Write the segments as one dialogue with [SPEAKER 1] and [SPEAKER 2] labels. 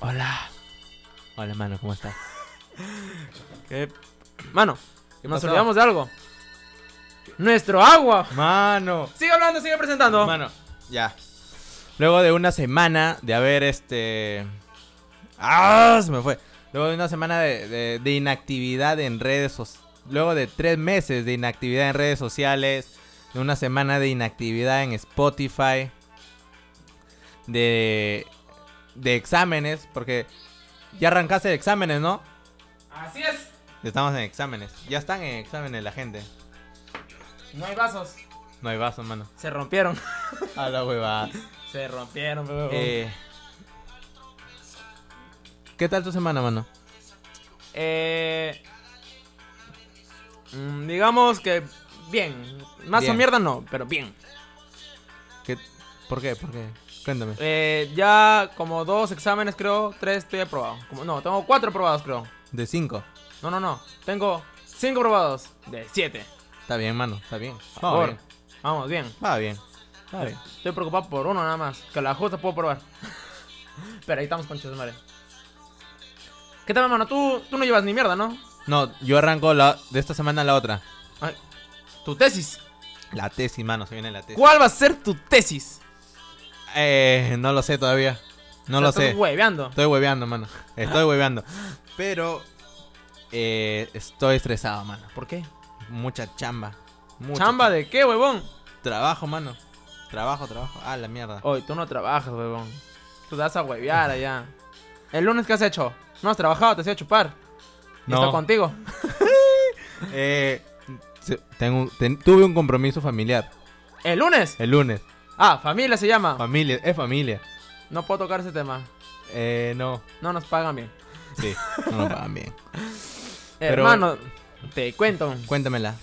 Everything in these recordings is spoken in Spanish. [SPEAKER 1] Hola. Hola, mano, ¿cómo estás? ¿Qué? Mano,
[SPEAKER 2] ¿Qué
[SPEAKER 1] nos
[SPEAKER 2] pasó?
[SPEAKER 1] olvidamos de algo. Nuestro agua.
[SPEAKER 2] Mano.
[SPEAKER 1] Sigue hablando, sigue presentando.
[SPEAKER 2] Mano, ya. Luego de una semana de haber este. ¡Ah! Se me fue. Luego de una semana de, de- de inactividad en redes sociales. Luego de tres meses de inactividad en redes sociales. De una semana de inactividad en Spotify. De. De exámenes. Porque ya arrancaste de exámenes, ¿no?
[SPEAKER 1] Así es.
[SPEAKER 2] Estamos en exámenes. Ya están en exámenes la gente.
[SPEAKER 1] No hay vasos.
[SPEAKER 2] No hay vaso, mano.
[SPEAKER 1] Se rompieron.
[SPEAKER 2] A la huevada.
[SPEAKER 1] Se rompieron, huevón.
[SPEAKER 2] Eh, ¿Qué tal tu semana, mano?
[SPEAKER 1] Eh, mm, digamos que bien. Más
[SPEAKER 2] Bien.
[SPEAKER 1] o mierda no, pero bien.
[SPEAKER 2] ¿Qué- ¿Por qué? ¿Por qué? Cuéntame.
[SPEAKER 1] Eh, ya como dos exámenes creo, tres estoy aprobado. Como- no, tengo cuatro aprobados creo.
[SPEAKER 2] De 5.
[SPEAKER 1] No, no, no. Tengo cinco aprobados de siete.
[SPEAKER 2] Está bien, mano. Está bien.
[SPEAKER 1] Por
[SPEAKER 2] Va
[SPEAKER 1] favor.
[SPEAKER 2] bien.
[SPEAKER 1] Vamos, bien.
[SPEAKER 2] Va bien. Va bien.
[SPEAKER 1] Estoy preocupado por uno nada más. Que la justa puedo probar. pero ahí estamos con madre. ¿Qué tal, hermano? Tú, tú no llevas ni mierda, ¿no?
[SPEAKER 2] No, yo arranco la, de esta semana a la otra.
[SPEAKER 1] Ay, tu tesis.
[SPEAKER 2] La tesis, mano. Se viene la tesis.
[SPEAKER 1] ¿Cuál va a ser tu tesis?
[SPEAKER 2] Eh, no lo sé todavía. No
[SPEAKER 1] O sea,
[SPEAKER 2] lo
[SPEAKER 1] estás
[SPEAKER 2] sé.
[SPEAKER 1] hueveando.
[SPEAKER 2] Estoy hueveando, mano. Estoy hueveando. Pero eh, estoy estresado, mano.
[SPEAKER 1] ¿Por qué?
[SPEAKER 2] Mucha chamba. Mucha
[SPEAKER 1] ¿Chamba de qué, huevón?
[SPEAKER 2] Trabajo, mano. Trabajo, trabajo. Ah, la mierda.
[SPEAKER 1] Hoy tú no trabajas, huevón. Tú te vas a huevear allá. El lunes, ¿qué has hecho? No has trabajado, te has ido a chupar. Y
[SPEAKER 2] No.
[SPEAKER 1] está contigo.
[SPEAKER 2] Eh, se- tengo, un- ten- tuve un compromiso familiar
[SPEAKER 1] ¿El lunes?
[SPEAKER 2] el lunes.
[SPEAKER 1] Ah, familia se llama.
[SPEAKER 2] Familia, es familia.
[SPEAKER 1] No puedo tocar ese tema.
[SPEAKER 2] Eh, no.
[SPEAKER 1] No nos pagan bien.
[SPEAKER 2] Sí, no lo pagan bien. Pero-
[SPEAKER 1] Hermano, te cuento.
[SPEAKER 2] Cuéntamela.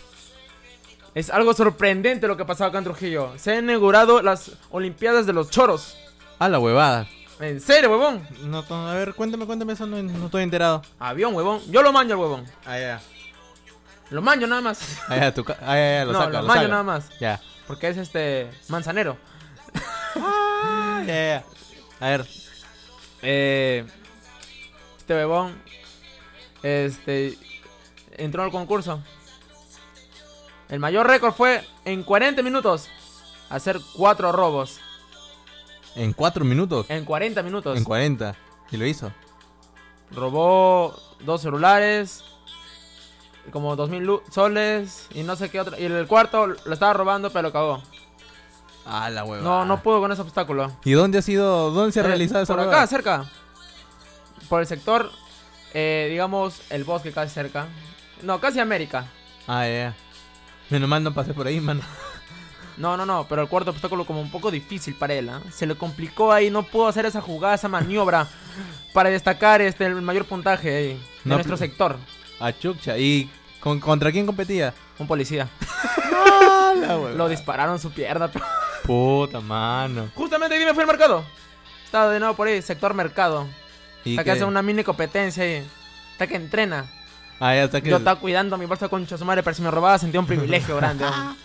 [SPEAKER 1] Es algo sorprendente lo que ha pasado acá en Trujillo. Se han inaugurado las Olimpiadas de los Choros.
[SPEAKER 2] Ah, la huevada.
[SPEAKER 1] ¿En serio, huevón?
[SPEAKER 2] No, no, a ver, cuéntame, cuéntame eso, no, no estoy enterado.
[SPEAKER 1] Avión, huevón. Yo lo manjo, el huevón.
[SPEAKER 2] Allá,
[SPEAKER 1] Lo manjo nada más.
[SPEAKER 2] allá, tu ca- ah, ya, ya, lo
[SPEAKER 1] no,
[SPEAKER 2] saca,
[SPEAKER 1] lo
[SPEAKER 2] lo
[SPEAKER 1] manjo
[SPEAKER 2] saca.
[SPEAKER 1] nada más.
[SPEAKER 2] Ya.
[SPEAKER 1] Porque es este manzanero.
[SPEAKER 2] Ah, ya, ya. A ver,
[SPEAKER 1] Eh, este bebón este, entró al concurso. El mayor récord fue en 40 minutos hacer cuatro robos.
[SPEAKER 2] en cuatro minutos,
[SPEAKER 1] En 40 minutos.
[SPEAKER 2] en 40. Y lo hizo.
[SPEAKER 1] Robó dos celulares, como 2.000 lu- soles y no sé qué otra. Y el cuarto lo estaba robando, pero lo cagó.
[SPEAKER 2] Ah, la huevada.
[SPEAKER 1] No, no pudo con ese obstáculo.
[SPEAKER 2] ¿Y dónde ha sido, dónde se ha
[SPEAKER 1] Eh,
[SPEAKER 2] realizado esa
[SPEAKER 1] Por acá,
[SPEAKER 2] huevada?
[SPEAKER 1] cerca. Por el sector, eh, digamos, el bosque casi cerca. No, casi América.
[SPEAKER 2] Ah, ya, ya. Menos mal no pasé por ahí, mano.
[SPEAKER 1] No, no, no, pero el cuarto obstáculo como un poco difícil para él, ¿ah? Se le complicó ahí, no pudo hacer esa jugada, esa maniobra para destacar este, el mayor puntaje ahí, de
[SPEAKER 2] No,
[SPEAKER 1] nuestro
[SPEAKER 2] pero-
[SPEAKER 1] sector.
[SPEAKER 2] A Chucha. ¿Y con- contra quién competía?
[SPEAKER 1] Un policía.
[SPEAKER 2] Pues,
[SPEAKER 1] Lo dispararon en su pierna. pero-
[SPEAKER 2] Puta mano.
[SPEAKER 1] Justamente dime, fue el mercado. Estaba de nuevo por ahí, sector mercado.
[SPEAKER 2] ¿Y
[SPEAKER 1] Está que
[SPEAKER 2] qué?
[SPEAKER 1] hace una mini competencia ahí. Está que entrena.
[SPEAKER 2] Ah, ya está que.
[SPEAKER 1] Yo estaba cuidando mi bolsa concha de su madre, pero si me robaba sentía un privilegio grande. weón.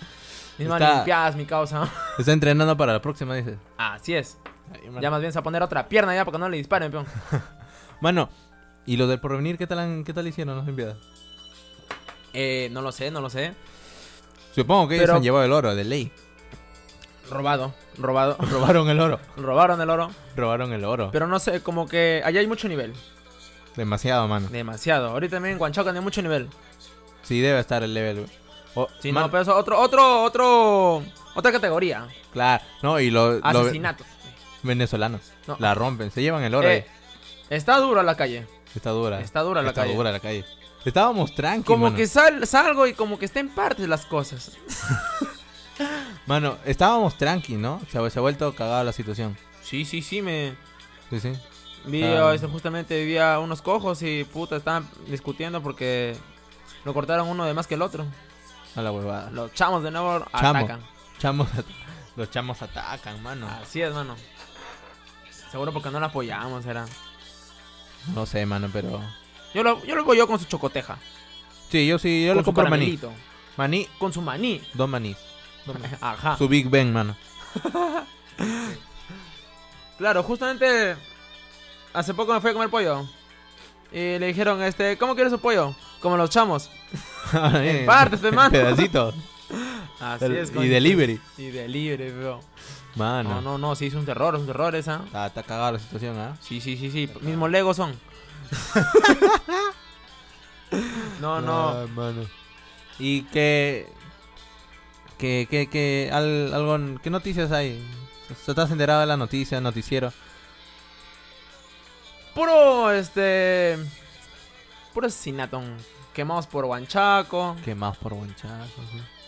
[SPEAKER 1] Mis manos
[SPEAKER 2] Está-
[SPEAKER 1] limpiadas, mi causa.
[SPEAKER 2] Está entrenando para la próxima, dices.
[SPEAKER 1] Así es.
[SPEAKER 2] Ay,
[SPEAKER 1] Ya
[SPEAKER 2] mano.
[SPEAKER 1] más bien se va a poner otra pierna ya para que no le disparen, peón.
[SPEAKER 2] Mano, ¿y lo del porvenir qué tal, han- qué tal hicieron las Olimpiadas?
[SPEAKER 1] Eh, no lo sé, no lo sé.
[SPEAKER 2] Supongo que ellos
[SPEAKER 1] Pero-
[SPEAKER 2] han llevado el oro, de ley.
[SPEAKER 1] Robado, robado.
[SPEAKER 2] Robaron el oro.
[SPEAKER 1] Robaron el oro.
[SPEAKER 2] Robaron el oro.
[SPEAKER 1] Pero no sé, como que allá hay mucho nivel.
[SPEAKER 2] Demasiado, mano.
[SPEAKER 1] Demasiado. Ahorita también en Huanchacan hay mucho nivel.
[SPEAKER 2] Sí, debe estar el level. O-
[SPEAKER 1] Sí,
[SPEAKER 2] mano,
[SPEAKER 1] no, pero eso otro, otro, otro. Otra categoría.
[SPEAKER 2] Claro, no, y los
[SPEAKER 1] Asesinatos.
[SPEAKER 2] venezolanos
[SPEAKER 1] No.
[SPEAKER 2] la rompen, se llevan el oro.
[SPEAKER 1] Eh, está dura la calle.
[SPEAKER 2] ahí. Está dura.
[SPEAKER 1] está dura la calle.
[SPEAKER 2] Está dura la calle. Estábamos tranquilos.
[SPEAKER 1] Como que sal- salgo y como que está en partes las cosas.
[SPEAKER 2] Mano, estábamos tranqui, ¿no? Se, ha- se ha vuelto cagada la situación.
[SPEAKER 1] Sí, sí, sí, me.
[SPEAKER 2] Sí, sí.
[SPEAKER 1] Vi,
[SPEAKER 2] Ah.
[SPEAKER 1] este, justamente vivía unos cojos y puta, estaban discutiendo porque lo cortaron uno de más que el otro.
[SPEAKER 2] A la huevada.
[SPEAKER 1] Los chamos de nuevo
[SPEAKER 2] Chamo.
[SPEAKER 1] atacan.
[SPEAKER 2] Chamos at- los chamos atacan, mano.
[SPEAKER 1] Así es, mano. Seguro porque no la apoyamos, era.
[SPEAKER 2] No sé, mano, pero.
[SPEAKER 1] Yo lo, yo lo apoyo con su chocoteja.
[SPEAKER 2] Sí, yo sí, yo
[SPEAKER 1] con
[SPEAKER 2] lo
[SPEAKER 1] su
[SPEAKER 2] compro maní.
[SPEAKER 1] caramelito,
[SPEAKER 2] Maní,
[SPEAKER 1] Con su maní.
[SPEAKER 2] dos manís. Dos manís.
[SPEAKER 1] Ajá.
[SPEAKER 2] Su Big Ben, mano.
[SPEAKER 1] Claro, justamente hace poco me fui a comer pollo. Y le dijeron, este, ¿cómo quieres su pollo? Como los chamos. En partes, pe, mano.
[SPEAKER 2] Pedacito.
[SPEAKER 1] Así
[SPEAKER 2] Del-
[SPEAKER 1] es,
[SPEAKER 2] y Ah,
[SPEAKER 1] coño.
[SPEAKER 2] delivery.
[SPEAKER 1] Y delivery, bro.
[SPEAKER 2] Mano.
[SPEAKER 1] No, no, no, sí, es un terror, es un terror esa.
[SPEAKER 2] Está, está cagada la situación, ¿ah?
[SPEAKER 1] Sí, sí, sí, sí. Mismos Legos son. no, no.
[SPEAKER 2] Ay, Ah, mano. Y que. Que, que, que. al- algo, ¿Qué noticias hay? ¿Se estás enterado de las noticias, noticiero?
[SPEAKER 1] Puro, este. Puro asesinato. Quemados por Huanchaco.
[SPEAKER 2] Quemados por guanchazos.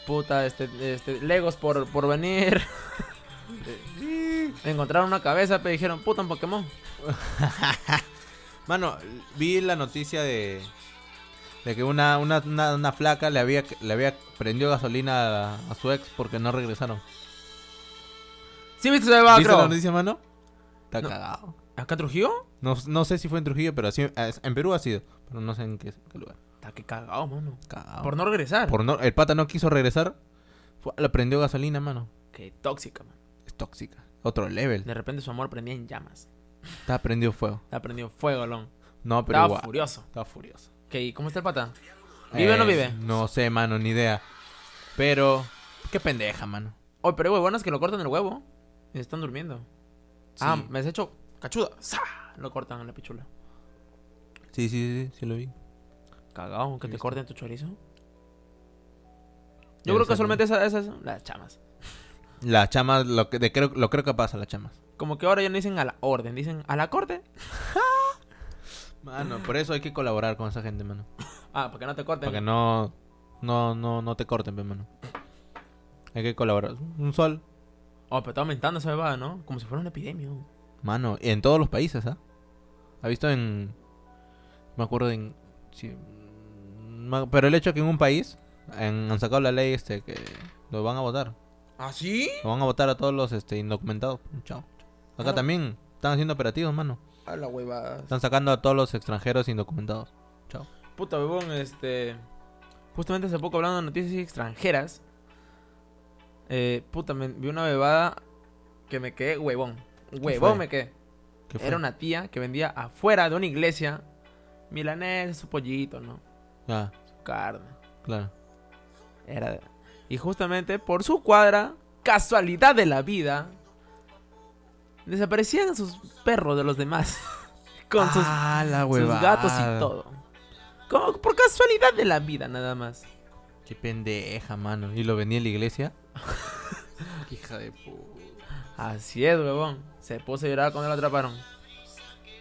[SPEAKER 1] Puta, este, este. Legos por, por venir. Encontraron una cabeza, pero dijeron, puta, un Pokémon.
[SPEAKER 2] Mano, vi la noticia de. De que una, una, una, una flaca le había, le había prendido gasolina a, a su ex porque no regresaron.
[SPEAKER 1] Sí, viste ese debate,
[SPEAKER 2] ¿Viste
[SPEAKER 1] creo.
[SPEAKER 2] la noticia, mano? Está
[SPEAKER 1] No.
[SPEAKER 2] cagado.
[SPEAKER 1] ¿Acá en Trujillo?
[SPEAKER 2] No, no sé si fue en Trujillo, pero así, en Perú ha sido. Pero no sé en qué, qué lugar.
[SPEAKER 1] Está que cagado, mano.
[SPEAKER 2] Cagado.
[SPEAKER 1] Por no regresar.
[SPEAKER 2] Por no- el pata no quiso regresar. Fue, le prendió gasolina, mano.
[SPEAKER 1] Qué tóxica, man.
[SPEAKER 2] Es tóxica. Otro level.
[SPEAKER 1] De repente su amor prendía en llamas.
[SPEAKER 2] Está prendido fuego.
[SPEAKER 1] Está prendido fuego, lon.
[SPEAKER 2] No, pero
[SPEAKER 1] Estaba
[SPEAKER 2] igual.
[SPEAKER 1] furioso.
[SPEAKER 2] Estaba furioso. Eh,
[SPEAKER 1] ¿Qué? ¿Y ¿Cómo está el pata? ¿Vive o no vive?
[SPEAKER 2] No sé, mano, ni idea. Pero. Qué pendeja, mano.
[SPEAKER 1] Oye, pero hay huevonas que lo cortan el huevo. Y están durmiendo. Ah, me has hecho cachuda. ¡Sa! Lo cortan en la pichula.
[SPEAKER 2] Sí, sí, sí, sí, sí lo vi.
[SPEAKER 1] Cagado, que
[SPEAKER 2] He
[SPEAKER 1] te
[SPEAKER 2] visto.
[SPEAKER 1] corten tu chorizo. Yo
[SPEAKER 2] Debe
[SPEAKER 1] creo que
[SPEAKER 2] ser,
[SPEAKER 1] solamente esas, esas son las chamas.
[SPEAKER 2] Las chamas, lo, que, de creo, lo creo que pasa, las chamas.
[SPEAKER 1] Como que ahora ya no dicen a la orden, dicen a la corte.
[SPEAKER 2] Mano, por eso hay que colaborar con esa gente, mano.
[SPEAKER 1] Ah, para que no te corten.
[SPEAKER 2] Para que no. No, no, no te corten, pe, mano. Hay que colaborar. Un sol.
[SPEAKER 1] Oh, pero está aumentando esa bebada, ¿no? Como si fuera una epidemia.
[SPEAKER 2] Mano, en todos los países, ¿ah? ¿Ha visto en... Me acuerdo en... sí, ma- pero el hecho que en un país en- han sacado la ley este que lo van a votar.
[SPEAKER 1] ¿Ah, sí?
[SPEAKER 2] Lo van a votar a todos los este, indocumentados. Chao. Acá
[SPEAKER 1] Claro.
[SPEAKER 2] también están haciendo operativos, mano.
[SPEAKER 1] A la huevada.
[SPEAKER 2] Están sacando a todos los extranjeros indocumentados.
[SPEAKER 1] Puta, bebón, este. Justamente hace poco hablando de noticias extranjeras. Eh, puta, me- vi una bebada que me quedé huevón. Huevón
[SPEAKER 2] fue?
[SPEAKER 1] me quedé.
[SPEAKER 2] ¿Qué fue?
[SPEAKER 1] Era una tía que vendía afuera de una iglesia milanés, su pollito, ¿no?
[SPEAKER 2] Ah,
[SPEAKER 1] Su carne.
[SPEAKER 2] claro.
[SPEAKER 1] Era de- Y justamente por su cuadra, casualidad de la vida, desaparecían sus perros de los demás. Con sus
[SPEAKER 2] ah, la
[SPEAKER 1] sus
[SPEAKER 2] huevada.
[SPEAKER 1] gatos y todo. Como por casualidad de la vida, nada más.
[SPEAKER 2] Qué pendeja, mano. ¿Y lo venía en la iglesia? Qué hija de puta.
[SPEAKER 1] Así es, huevón. Se puso a llorar cuando lo atraparon.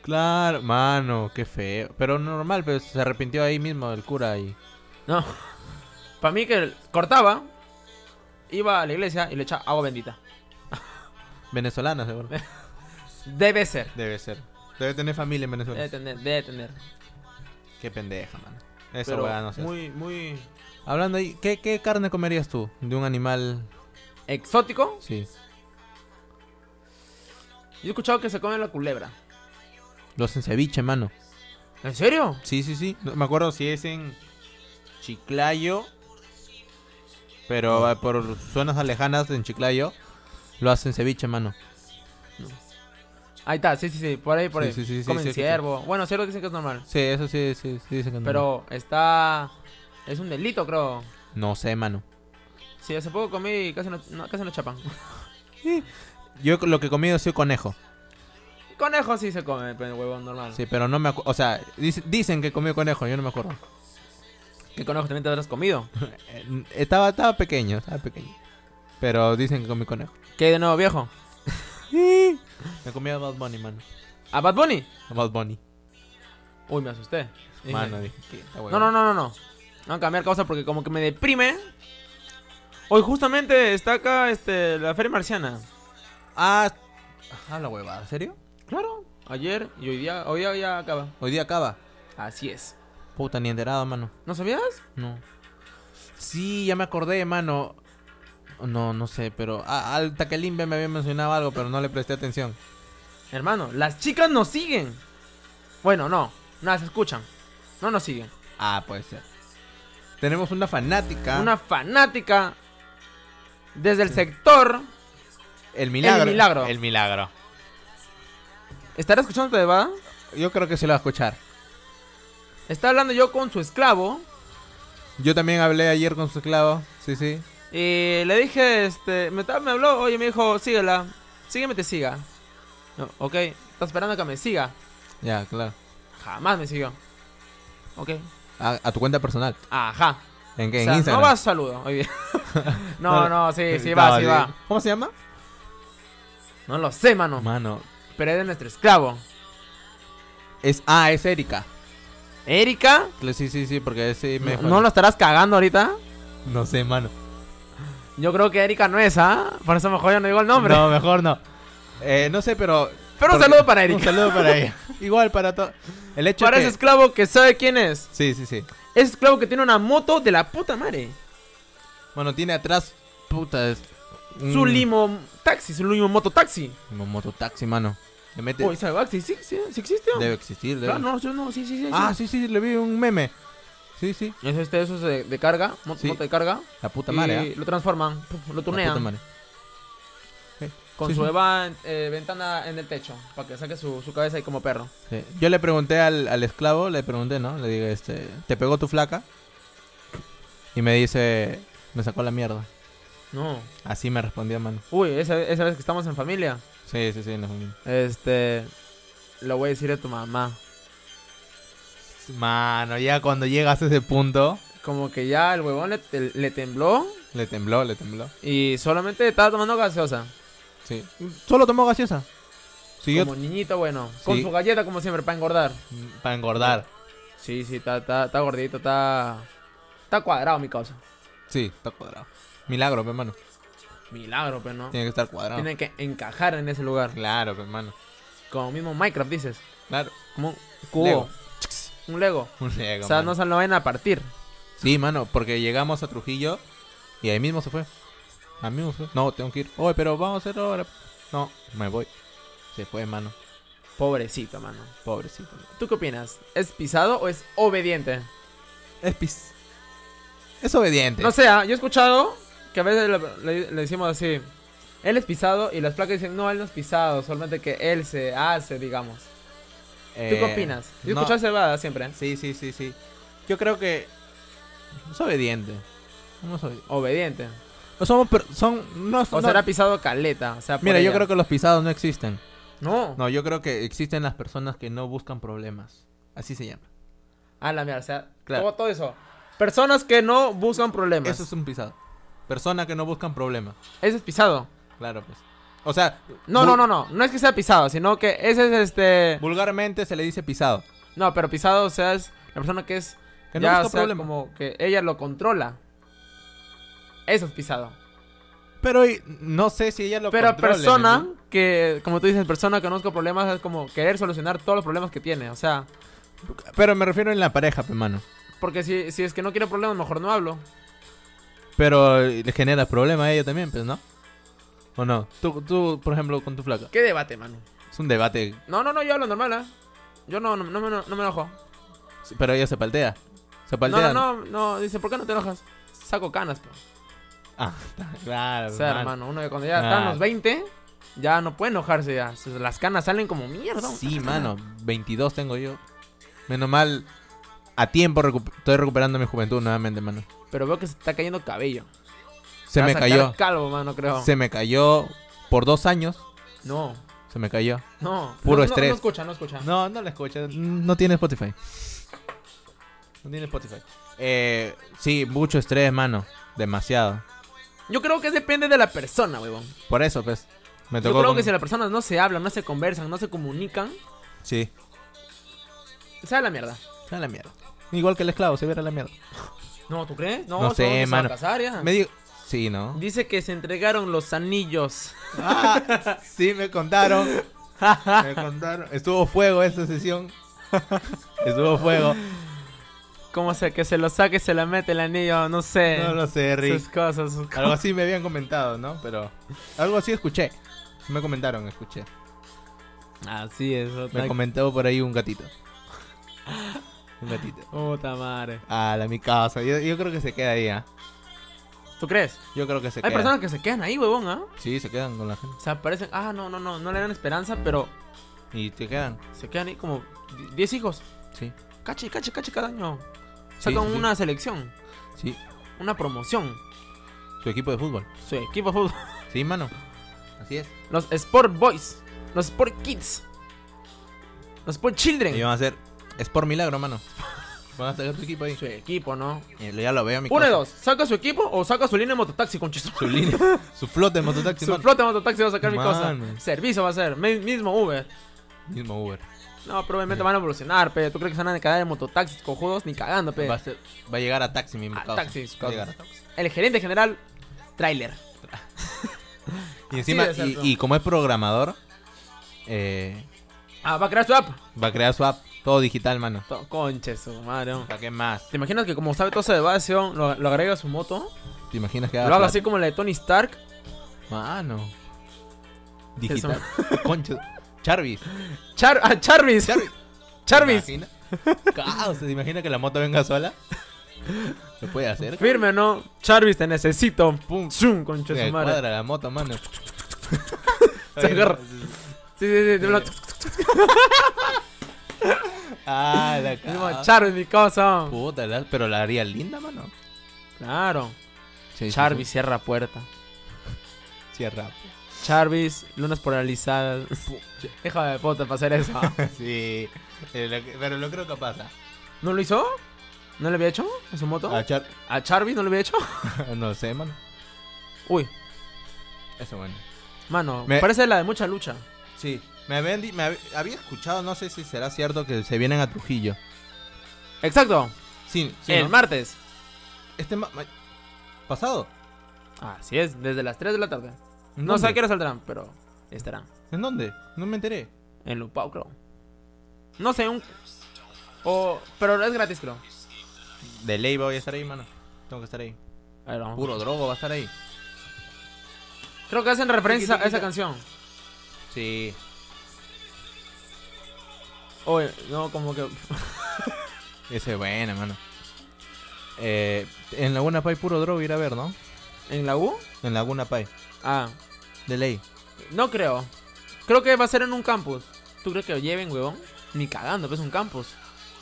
[SPEAKER 2] Claro, mano, qué feo. Pero normal, pero se arrepintió ahí mismo el cura y
[SPEAKER 1] No. Para mí que cortaba, iba a la iglesia y le echaba agua bendita.
[SPEAKER 2] venezolana seguro.
[SPEAKER 1] Debe ser.
[SPEAKER 2] Debe ser. Debe tener familia en Venezuela.
[SPEAKER 1] Debe tener, debe tener.
[SPEAKER 2] Qué pendeja, mano. Esa
[SPEAKER 1] Pero
[SPEAKER 2] weá no sé.
[SPEAKER 1] muy, muy
[SPEAKER 2] Hablando ahí, ¿qué, ¿qué carne comerías tú de un animal?
[SPEAKER 1] exótico.
[SPEAKER 2] Sí.
[SPEAKER 1] Yo he escuchado que se come la culebra.
[SPEAKER 2] Los en ceviche, mano.
[SPEAKER 1] ¿En serio?
[SPEAKER 2] Sí, sí, sí. No, me acuerdo si es en Chiclayo. Pero
[SPEAKER 1] Ah.
[SPEAKER 2] eh, por zonas alejanas en Chiclayo lo hacen ceviche, mano.
[SPEAKER 1] Ahí está, sí, sí, sí. Por ahí, por
[SPEAKER 2] Sí,
[SPEAKER 1] ahí.
[SPEAKER 2] sí, sí, sí,
[SPEAKER 1] Comen
[SPEAKER 2] sí, sí, sí.
[SPEAKER 1] ciervo. Bueno, ciervo dicen que es normal.
[SPEAKER 2] Sí, eso sí, sí, sí dicen que no.
[SPEAKER 1] Pero está. Es un delito, creo.
[SPEAKER 2] No sé, mano.
[SPEAKER 1] Sí, hace poco comí y casi no, no- casi no chapan.
[SPEAKER 2] Yo lo que he comido ha sido conejo.
[SPEAKER 1] Conejo sí se come, pero el huevón normal.
[SPEAKER 2] Sí, pero no me acuerdo. O sea, dice- dicen que comió conejo, yo no me acuerdo.
[SPEAKER 1] ¿Qué conejo también te habrás comido?
[SPEAKER 2] Eh, Estaba, estaba pequeño, estaba pequeño. Pero dicen que comí conejo.
[SPEAKER 1] ¿Qué hay de nuevo, viejo?
[SPEAKER 2] Me comí a Bad Bunny, mano.
[SPEAKER 1] ¿A Bad Bunny?
[SPEAKER 2] A Bad Bunny.
[SPEAKER 1] Uy, me asusté. Dije,
[SPEAKER 2] Mano, dije, "¿Qué esta
[SPEAKER 1] No,
[SPEAKER 2] huevada?".
[SPEAKER 1] no, no, no, no. Vamos a cambiar causa porque como que me deprime. Hoy justamente está acá este, la Feria Marciana.
[SPEAKER 2] Ah, ah, la huevada, ¿en serio?
[SPEAKER 1] Claro. Ayer y hoy día, hoy día ya acaba.
[SPEAKER 2] Hoy día acaba.
[SPEAKER 1] Así es.
[SPEAKER 2] Puta, ni enterado, mano.
[SPEAKER 1] ¿No sabías?
[SPEAKER 2] No. Sí, ya me acordé, mano. No, no sé, pero. Ah, al Takelimbe me había mencionado algo, pero no le presté atención.
[SPEAKER 1] Hermano, las chicas nos siguen. Bueno, no. Nada, se escuchan. No nos siguen.
[SPEAKER 2] Ah, puede ser. Tenemos una fanática.
[SPEAKER 1] Una fanática desde el sector.
[SPEAKER 2] El milagro.
[SPEAKER 1] El milagro.
[SPEAKER 2] El milagro.
[SPEAKER 1] ¿Estará escuchando tu debada?
[SPEAKER 2] yo creo que sí lo va a escuchar.
[SPEAKER 1] Está hablando yo con su esclavo.
[SPEAKER 2] Yo también hablé ayer con su esclavo. Sí, sí.
[SPEAKER 1] Y le dije, este, me, ta- me habló, oye, me dijo, síguela, sígueme, te siga. Yo, ok, está esperando a que me siga.
[SPEAKER 2] Ya, claro.
[SPEAKER 1] Jamás me siguió. Ok,
[SPEAKER 2] A, a tu cuenta personal.
[SPEAKER 1] ajá.
[SPEAKER 2] ¿En
[SPEAKER 1] O
[SPEAKER 2] qué?
[SPEAKER 1] sea,
[SPEAKER 2] en
[SPEAKER 1] no
[SPEAKER 2] Instagram.
[SPEAKER 1] va saludo, muy bien. no, no, sí, sí va,
[SPEAKER 2] No,
[SPEAKER 1] sí va.
[SPEAKER 2] ¿Cómo se llama?
[SPEAKER 1] No lo sé, mano,
[SPEAKER 2] Mano.
[SPEAKER 1] pero es de nuestro esclavo.
[SPEAKER 2] Es, ah, es Erika.
[SPEAKER 1] Erika,
[SPEAKER 2] Sí, sí, sí, porque sí me
[SPEAKER 1] no, no lo estarás cagando ahorita.
[SPEAKER 2] no sé, mano.
[SPEAKER 1] Yo creo que Erika no es, ¿ah? Por eso mejor yo no digo el nombre.
[SPEAKER 2] No, mejor no. Eh, no sé, pero.
[SPEAKER 1] Pero un
[SPEAKER 2] porque-
[SPEAKER 1] saludo para
[SPEAKER 2] Un
[SPEAKER 1] Erika.
[SPEAKER 2] saludo para ella. Igual para todo. El hecho
[SPEAKER 1] Para
[SPEAKER 2] es
[SPEAKER 1] ese
[SPEAKER 2] que.
[SPEAKER 1] esclavo que sabe quién es.
[SPEAKER 2] Sí, sí, sí.
[SPEAKER 1] Ese esclavo que tiene una moto de la puta madre.
[SPEAKER 2] Bueno, tiene atrás. Puta, es.
[SPEAKER 1] Su
[SPEAKER 2] un-
[SPEAKER 1] limo taxi, su limo moto taxi.
[SPEAKER 2] Un mototaxi, mano. Le mete-
[SPEAKER 1] Uy, ¿sabe Baxi? ¿Sí, sí, sí existe?
[SPEAKER 2] Debe existir, debe.
[SPEAKER 1] Claro, no, yo no, sí, sí, sí.
[SPEAKER 2] Ah, sí, sí, le vi un meme. Sí, sí.
[SPEAKER 1] Es este, eso es de, de carga, mot-
[SPEAKER 2] Sí.
[SPEAKER 1] moto de carga.
[SPEAKER 2] La puta
[SPEAKER 1] y
[SPEAKER 2] madre, ¿ah?
[SPEAKER 1] lo transforman, puf,
[SPEAKER 2] La
[SPEAKER 1] lo
[SPEAKER 2] puta
[SPEAKER 1] tunean.
[SPEAKER 2] madre.
[SPEAKER 1] con
[SPEAKER 2] Sí,
[SPEAKER 1] su
[SPEAKER 2] sí.
[SPEAKER 1] Eva eh, ventana en el techo, para que saque su, su cabeza ahí como perro.
[SPEAKER 2] Sí. Yo le pregunté al, al esclavo, le pregunté, ¿no? Le digo, este, ¿te pegó tu flaca? Y me dice, me sacó la mierda.
[SPEAKER 1] No.
[SPEAKER 2] Así me respondió, mano.
[SPEAKER 1] Uy, esa, esa vez que estamos en familia,
[SPEAKER 2] Sí, sí, sí. no.
[SPEAKER 1] este. Lo voy a decir a tu mamá.
[SPEAKER 2] Mano, ya cuando llegas a ese punto,
[SPEAKER 1] Como que ya el huevón le, te- le tembló
[SPEAKER 2] le tembló, le tembló.
[SPEAKER 1] y solamente estaba tomando gaseosa.
[SPEAKER 2] Sí. Solo tomó gaseosa. Siguió
[SPEAKER 1] Como niñito bueno. Con
[SPEAKER 2] Sí.
[SPEAKER 1] su galleta, como siempre, para engordar.
[SPEAKER 2] para engordar.
[SPEAKER 1] Sí, sí, está, está, está gordito, está. Está cuadrado mi causa.
[SPEAKER 2] Sí, está cuadrado. Milagro, pe, mano.
[SPEAKER 1] Milagro, pero no.
[SPEAKER 2] Tiene que estar cuadrado.
[SPEAKER 1] Tiene que encajar en ese lugar.
[SPEAKER 2] Claro, pe, mano.
[SPEAKER 1] Como mismo Minecraft dices.
[SPEAKER 2] Claro.
[SPEAKER 1] Como un cubo.
[SPEAKER 2] Lego.
[SPEAKER 1] Un Lego.
[SPEAKER 2] Un Lego,
[SPEAKER 1] o sea,
[SPEAKER 2] mano.
[SPEAKER 1] no se lo vayan a partir.
[SPEAKER 2] Sí, mano, porque llegamos a Trujillo y ahí mismo se fue. A mí mismo se fue. No, tengo que ir. Oye, pero vamos a hacer ahora. No, me voy. Se fue, mano.
[SPEAKER 1] Pobrecito, mano.
[SPEAKER 2] Pobrecito.
[SPEAKER 1] ¿Tú qué opinas? ¿Es pisado o es obediente?
[SPEAKER 2] Es pis. Es obediente.
[SPEAKER 1] No sé, ah, yo he escuchado que a veces le, le- le decimos así. Él es pisado y las placas dicen, no, él no es pisado, solamente que él se hace, digamos. ¿Tú qué
[SPEAKER 2] Eh,
[SPEAKER 1] opinas? Yo he
[SPEAKER 2] no.
[SPEAKER 1] escuchado esa huevada siempre.
[SPEAKER 2] Sí, sí, sí, sí. Yo creo que. Es obediente. No es obediente.
[SPEAKER 1] Obediente.
[SPEAKER 2] No somos. per- Son. No, no-
[SPEAKER 1] O será pisado caleta. O sea, por
[SPEAKER 2] Mira, yo
[SPEAKER 1] ella.
[SPEAKER 2] creo que los pisados no existen.
[SPEAKER 1] No.
[SPEAKER 2] No, yo creo que existen las personas que no buscan problemas. Así se llama.
[SPEAKER 1] A la mierda, o sea,
[SPEAKER 2] Claro.
[SPEAKER 1] todo, todo eso. Personas que no buscan problemas.
[SPEAKER 2] Eso es un pisado. Personas que no buscan problemas.
[SPEAKER 1] Ese es pisado.
[SPEAKER 2] Claro, pues. O sea.
[SPEAKER 1] No,
[SPEAKER 2] bu-
[SPEAKER 1] no, no, no. No es que sea pisado, sino que ese es este.
[SPEAKER 2] Vulgarmente se le dice pisado.
[SPEAKER 1] No, pero pisado, o sea, es la persona que es.
[SPEAKER 2] Que no
[SPEAKER 1] ya,
[SPEAKER 2] busca
[SPEAKER 1] o sea,
[SPEAKER 2] problema.
[SPEAKER 1] como que ella lo controla. Eso es pisado.
[SPEAKER 2] Pero y- no sé si ella lo
[SPEAKER 1] pero
[SPEAKER 2] controle,
[SPEAKER 1] persona
[SPEAKER 2] ¿no?
[SPEAKER 1] que, como tú dices, persona que no busca problemas es como querer solucionar todos los problemas que tiene. O sea,
[SPEAKER 2] Pero me refiero en la pareja, pe, mano.
[SPEAKER 1] porque si, si es que no quiere problemas, mejor no hablo.
[SPEAKER 2] Pero eh, le genera problema a ella también, pues, ¿no? ¿O no? Tú, tú, por ejemplo, con tu flaca.
[SPEAKER 1] ¿Qué debate, mano?
[SPEAKER 2] Es un debate,
[SPEAKER 1] No, no, no, yo hablo normal, ¿eh? Yo no, no, no, me- no me enojo.
[SPEAKER 2] pero ella se paltea. Se
[SPEAKER 1] No,
[SPEAKER 2] paltea.
[SPEAKER 1] no, no, no, dice, ¿por qué no te enojas? Saco canas, pero.
[SPEAKER 2] Ah,
[SPEAKER 1] O
[SPEAKER 2] claro,
[SPEAKER 1] sea,
[SPEAKER 2] mano.
[SPEAKER 1] hermano, uno que cuando ya
[SPEAKER 2] Ah.
[SPEAKER 1] están los 20, ya no puede enojarse ya. Se- Las canas salen como mierda.
[SPEAKER 2] Sí, mano. 22 tengo yo. Menos mal. A tiempo recu- estoy recuperando mi juventud nuevamente, mano.
[SPEAKER 1] Pero veo que se está cayendo cabello.
[SPEAKER 2] Se
[SPEAKER 1] Va a
[SPEAKER 2] me
[SPEAKER 1] sacar
[SPEAKER 2] cayó.
[SPEAKER 1] calvo, mano, creo.
[SPEAKER 2] Se me cayó por dos años.
[SPEAKER 1] No,
[SPEAKER 2] Se me cayó.
[SPEAKER 1] no.
[SPEAKER 2] Puro
[SPEAKER 1] No, no,
[SPEAKER 2] estrés.
[SPEAKER 1] No, escucha, no escucha.
[SPEAKER 2] No, no la escuchas. No tiene Spotify. No tiene Spotify. Eh, sí, mucho estrés, mano. Demasiado.
[SPEAKER 1] Yo creo que depende de la persona, huevón.
[SPEAKER 2] Por eso, pues. Me
[SPEAKER 1] Yo
[SPEAKER 2] tocó.
[SPEAKER 1] creo
[SPEAKER 2] con-
[SPEAKER 1] que si las personas no se hablan, no se conversan, no se comunican,
[SPEAKER 2] Sí.
[SPEAKER 1] se da la mierda.
[SPEAKER 2] Se va a la mierda. Igual que el esclavo, se verá la mierda.
[SPEAKER 1] No, ¿tú crees? No,
[SPEAKER 2] No
[SPEAKER 1] son
[SPEAKER 2] sé,
[SPEAKER 1] que se van a
[SPEAKER 2] mano.
[SPEAKER 1] casar ya.
[SPEAKER 2] Me digo. Sí, ¿no?
[SPEAKER 1] Dice que se entregaron los anillos.
[SPEAKER 2] Ah, sí, me contaron. Me contaron. Estuvo fuego esta sesión. Estuvo fuego.
[SPEAKER 1] ¿Cómo se que se lo saque, se le mete el anillo? No sé.
[SPEAKER 2] No lo sé, Rick.
[SPEAKER 1] Sus cosas, sus cosas.
[SPEAKER 2] Algo así me habían comentado, ¿no? Pero algo así escuché. Me comentaron, escuché.
[SPEAKER 1] Así es.
[SPEAKER 2] Me
[SPEAKER 1] otra-
[SPEAKER 2] comentó por ahí un gatito. Un gatito.
[SPEAKER 1] Puta madre.
[SPEAKER 2] A la mi casa. Yo, yo creo que se queda ahí, ¿ah?
[SPEAKER 1] ¿Tú crees?
[SPEAKER 2] Yo creo que se
[SPEAKER 1] Hay
[SPEAKER 2] queda.
[SPEAKER 1] personas que se quedan ahí, huevón, ¿ah?
[SPEAKER 2] Sí, se quedan con la gente.
[SPEAKER 1] O sea, parecen, ah, no, no, no, no le dan esperanza, pero
[SPEAKER 2] Y te quedan.
[SPEAKER 1] Se quedan ahí como 10 hijos.
[SPEAKER 2] Sí.
[SPEAKER 1] Cache, cache, cache cada año.
[SPEAKER 2] Sí,
[SPEAKER 1] Sacan
[SPEAKER 2] sí, sí.
[SPEAKER 1] una selección,
[SPEAKER 2] Sí,
[SPEAKER 1] una promoción.
[SPEAKER 2] su equipo de fútbol.
[SPEAKER 1] Su equipo de fútbol.
[SPEAKER 2] Sí, mano. Así es.
[SPEAKER 1] Los Sport Boys. Los Sport Kids. Los Sport Children.
[SPEAKER 2] Y van a hacer. Es por milagro, mano. Van a sacar su equipo ahí.
[SPEAKER 1] Su equipo, ¿no?
[SPEAKER 2] Eh, Ya lo veo a mi
[SPEAKER 1] Una de
[SPEAKER 2] casa.
[SPEAKER 1] dos. ¿Saca su equipo o saca su línea de mototaxi con chis-
[SPEAKER 2] Su línea. Su flota de mototaxi,
[SPEAKER 1] Su
[SPEAKER 2] mano.
[SPEAKER 1] flota de mototaxi va a sacar mi
[SPEAKER 2] Mano.
[SPEAKER 1] cosa. Servicio va a ser. mi- Mismo Uber.
[SPEAKER 2] Mismo Uber.
[SPEAKER 1] No, probablemente van a evolucionar, pe. ¿Tú crees que se van a quedar de mototaxis cojudos? Ni cagando, pe.
[SPEAKER 2] Va a, ser- va a llegar a taxi, mi
[SPEAKER 1] A
[SPEAKER 2] causa.
[SPEAKER 1] taxi, su
[SPEAKER 2] Va a
[SPEAKER 1] causa.
[SPEAKER 2] llegar a taxi.
[SPEAKER 1] El gerente general, trailer.
[SPEAKER 2] Y encima,
[SPEAKER 1] debe ser,
[SPEAKER 2] y,
[SPEAKER 1] bro.
[SPEAKER 2] y como es programador, eh,
[SPEAKER 1] Ah, va a crear su app.
[SPEAKER 2] va a crear su app. Todo digital, mano.
[SPEAKER 1] To- Conche, su madre.
[SPEAKER 2] ¿Para qué más?
[SPEAKER 1] ¿Te imaginas que como sabe todo ese vacío, lo, lo agrega a su moto?
[SPEAKER 2] ¿Te imaginas que haga
[SPEAKER 1] Lo haga
[SPEAKER 2] plata?
[SPEAKER 1] así como la de Tony Stark.
[SPEAKER 2] Mano. Digital. Concho. Charvis.
[SPEAKER 1] Char ah, Charvis.
[SPEAKER 2] Charvis.
[SPEAKER 1] Charvis.
[SPEAKER 2] ¿Te imaginas? Caos, ¿Te imaginas que la moto venga sola? ¿Lo puede hacer?
[SPEAKER 1] Firme, ¿no? Charvis, te necesito.
[SPEAKER 2] Pum.
[SPEAKER 1] Zoom, conche
[SPEAKER 2] Se
[SPEAKER 1] su madre.
[SPEAKER 2] cuadra la moto, mano.
[SPEAKER 1] Se agarra. Sí, sí, sí. te lo-
[SPEAKER 2] Ah, la
[SPEAKER 1] Mismo,
[SPEAKER 2] cara.
[SPEAKER 1] Charvis, mi cosa.
[SPEAKER 2] Puta, la- pero la haría linda, mano.
[SPEAKER 1] Claro.
[SPEAKER 2] Sí, sí,
[SPEAKER 1] Charvis cierra puerta.
[SPEAKER 2] sí. Cierra.
[SPEAKER 1] Charvis, lunas polarizadas. Deja de puta para hacer eso.
[SPEAKER 2] Sí. Eh, lo que- Pero lo creo que pasa.
[SPEAKER 1] ¿No lo hizo? ¿No le había hecho en su moto?
[SPEAKER 2] A Char...
[SPEAKER 1] ¿A Charvis no le había hecho?
[SPEAKER 2] No sé, mano.
[SPEAKER 1] Uy,
[SPEAKER 2] Eso bueno.
[SPEAKER 1] mano,
[SPEAKER 2] Me-
[SPEAKER 1] parece la de mucha lucha.
[SPEAKER 2] Sí. Me, habían di- me hab- había escuchado, no sé si será cierto, que se vienen a Trujillo.
[SPEAKER 1] Exacto,
[SPEAKER 2] Sí, sí.
[SPEAKER 1] el
[SPEAKER 2] ¿no?
[SPEAKER 1] martes.
[SPEAKER 2] Este ma- ma- pasado.
[SPEAKER 1] Así es, desde las 3 de la tarde.
[SPEAKER 2] ¿En
[SPEAKER 1] No sé a
[SPEAKER 2] dónde?
[SPEAKER 1] qué hora saldrán, pero estarán.
[SPEAKER 2] ¿En dónde? No me enteré.
[SPEAKER 1] En Lupao, creo. No sé, un. O... Pero es gratis, creo.
[SPEAKER 2] De ley voy a estar ahí, mano. Tengo que estar ahí.
[SPEAKER 1] A ver, vamos.
[SPEAKER 2] Puro drogo va a estar ahí.
[SPEAKER 1] Creo que hacen referencia a esa canción.
[SPEAKER 2] Sí.
[SPEAKER 1] Oye, eh, no, como que.
[SPEAKER 2] Ese es bueno, mano. Eh, en Laguna Pai, puro drogo ir a ver, ¿no?
[SPEAKER 1] ¿En la U?
[SPEAKER 2] En Laguna Pai.
[SPEAKER 1] Ah,
[SPEAKER 2] De ley.
[SPEAKER 1] no creo. Creo que va a ser en un campus. ¿Tú crees que lo lleven, huevón? Ni cagando, pues es un campus.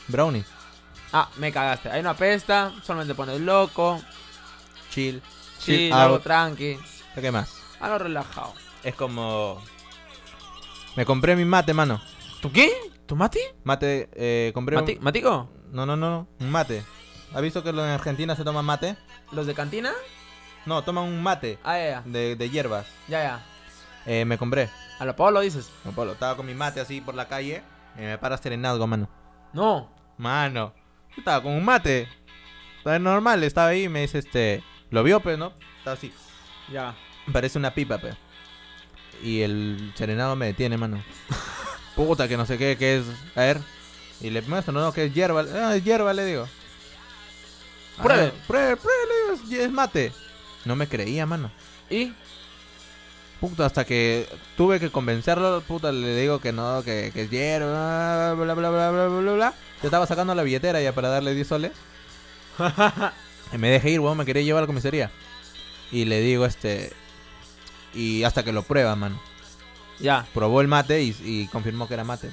[SPEAKER 2] Brownie.
[SPEAKER 1] Ah, me cagaste. Hay una pesta, solamente pones loco,
[SPEAKER 2] Chill.
[SPEAKER 1] chill,
[SPEAKER 2] out.
[SPEAKER 1] algo tranqui,
[SPEAKER 2] ¿Qué más?
[SPEAKER 1] algo relajado.
[SPEAKER 2] Es como... Me compré mi mate, mano.
[SPEAKER 1] ¿Tú qué? ¿Tu mati?
[SPEAKER 2] Mate, eh, compré... un-
[SPEAKER 1] Mati- ¿Matico?
[SPEAKER 2] No, no, no, no. Un mate. ¿Has visto que en Argentina se toma mate?
[SPEAKER 1] ¿Los de cantina?
[SPEAKER 2] No, toman un mate
[SPEAKER 1] Ah, ya,
[SPEAKER 2] de, de hierbas.
[SPEAKER 1] ya, ya.
[SPEAKER 2] Eh, me compré.
[SPEAKER 1] A lo Pablo dices.
[SPEAKER 2] No, Pablo, estaba con mi mate así por la calle. Y me para serenazgo, mano.
[SPEAKER 1] No.
[SPEAKER 2] Mano. Yo estaba con un mate. Estaba normal, estaba ahí y me dice este. Lo vio, pero no. Estaba así.
[SPEAKER 1] Ya.
[SPEAKER 2] Parece una pipa, pero. Y el serenado me detiene, mano. Puta, que no sé qué, que es. A ver. Y le muestro, no, no, que es hierba. Ah, es hierba, le digo. Ah,
[SPEAKER 1] Pruebe.
[SPEAKER 2] pruebe, pruebe, le digo, es- es mate. No me creía, mano.
[SPEAKER 1] ¿Y?
[SPEAKER 2] Puta, hasta que tuve que convencerlo, puta, le digo que no, que, que es hierba, bla, bla, bla, bla, bla, bla, bla. Yo estaba sacando la billetera ya para darle 10 soles. y me dejé ir, weón, me quería llevar a la comisaría. Y le digo, este... Y hasta que lo prueba, mano.
[SPEAKER 1] Ya.
[SPEAKER 2] Probó el mate y, y confirmó que era mate.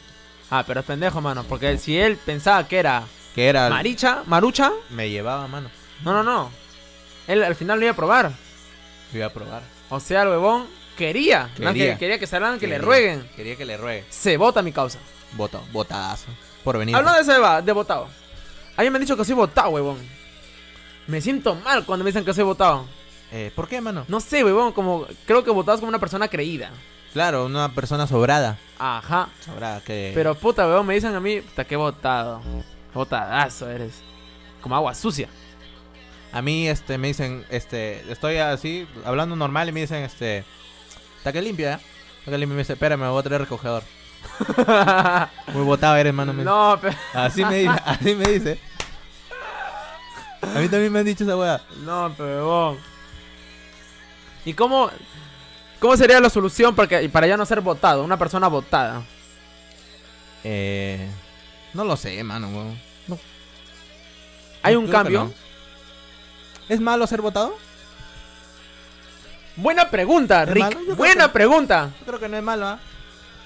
[SPEAKER 1] Ah, pero es pendejo, mano. Porque si él pensaba que era
[SPEAKER 2] Que era...
[SPEAKER 1] Maricha, Marucha,
[SPEAKER 2] Me llevaba, mano.
[SPEAKER 1] no, no, no. Él al final lo iba a probar.
[SPEAKER 2] Yo iba a probar.
[SPEAKER 1] O sea, el huevón quería. Quería,
[SPEAKER 2] Quería.
[SPEAKER 1] que, quería que salgan, que le
[SPEAKER 2] Quería-
[SPEAKER 1] rueguen.
[SPEAKER 2] Quería que le ruegue.
[SPEAKER 1] Se vota mi causa.
[SPEAKER 2] Voto, botazo. Por venir.
[SPEAKER 1] Hablando de ese va- de votado. A mí me han dicho que soy votado, huevón. Me siento mal cuando me dicen que soy votado.
[SPEAKER 2] Eh, ¿Por qué, mano?
[SPEAKER 1] No sé, huevón, como creo que votado es como una persona creída.
[SPEAKER 2] Claro, una persona sobrada.
[SPEAKER 1] Ajá.
[SPEAKER 2] Sobrada que...
[SPEAKER 1] Pero puta, huevón, me dicen a mí, puta, qué votado. Votadazo eres. Como agua sucia.
[SPEAKER 2] A mí este me dicen, este, estoy así hablando normal y me dicen, este, está que limpia, ¿eh? Está que limpia, me dice, espérame, me voy a traer recogedor. Muy botado eres, hermano. me dice.
[SPEAKER 1] no, pero,
[SPEAKER 2] Así me dice, así me dice. A mí también me han dicho esa weá.
[SPEAKER 1] no, pero huevón. ¿Y cómo, cómo sería la solución para, que- para ya no ser votado? Una persona votada.
[SPEAKER 2] Eh, no lo sé, hermano, weón. No.
[SPEAKER 1] ¿Hay
[SPEAKER 2] Yo
[SPEAKER 1] un
[SPEAKER 2] creo que
[SPEAKER 1] cambio?
[SPEAKER 2] no. ¿Es malo ser votado?
[SPEAKER 1] Buena pregunta,
[SPEAKER 2] ¿Es
[SPEAKER 1] Rick.
[SPEAKER 2] malo? Yo creo
[SPEAKER 1] Buena
[SPEAKER 2] que-
[SPEAKER 1] pregunta.
[SPEAKER 2] Yo creo que no es malo, ¿ah?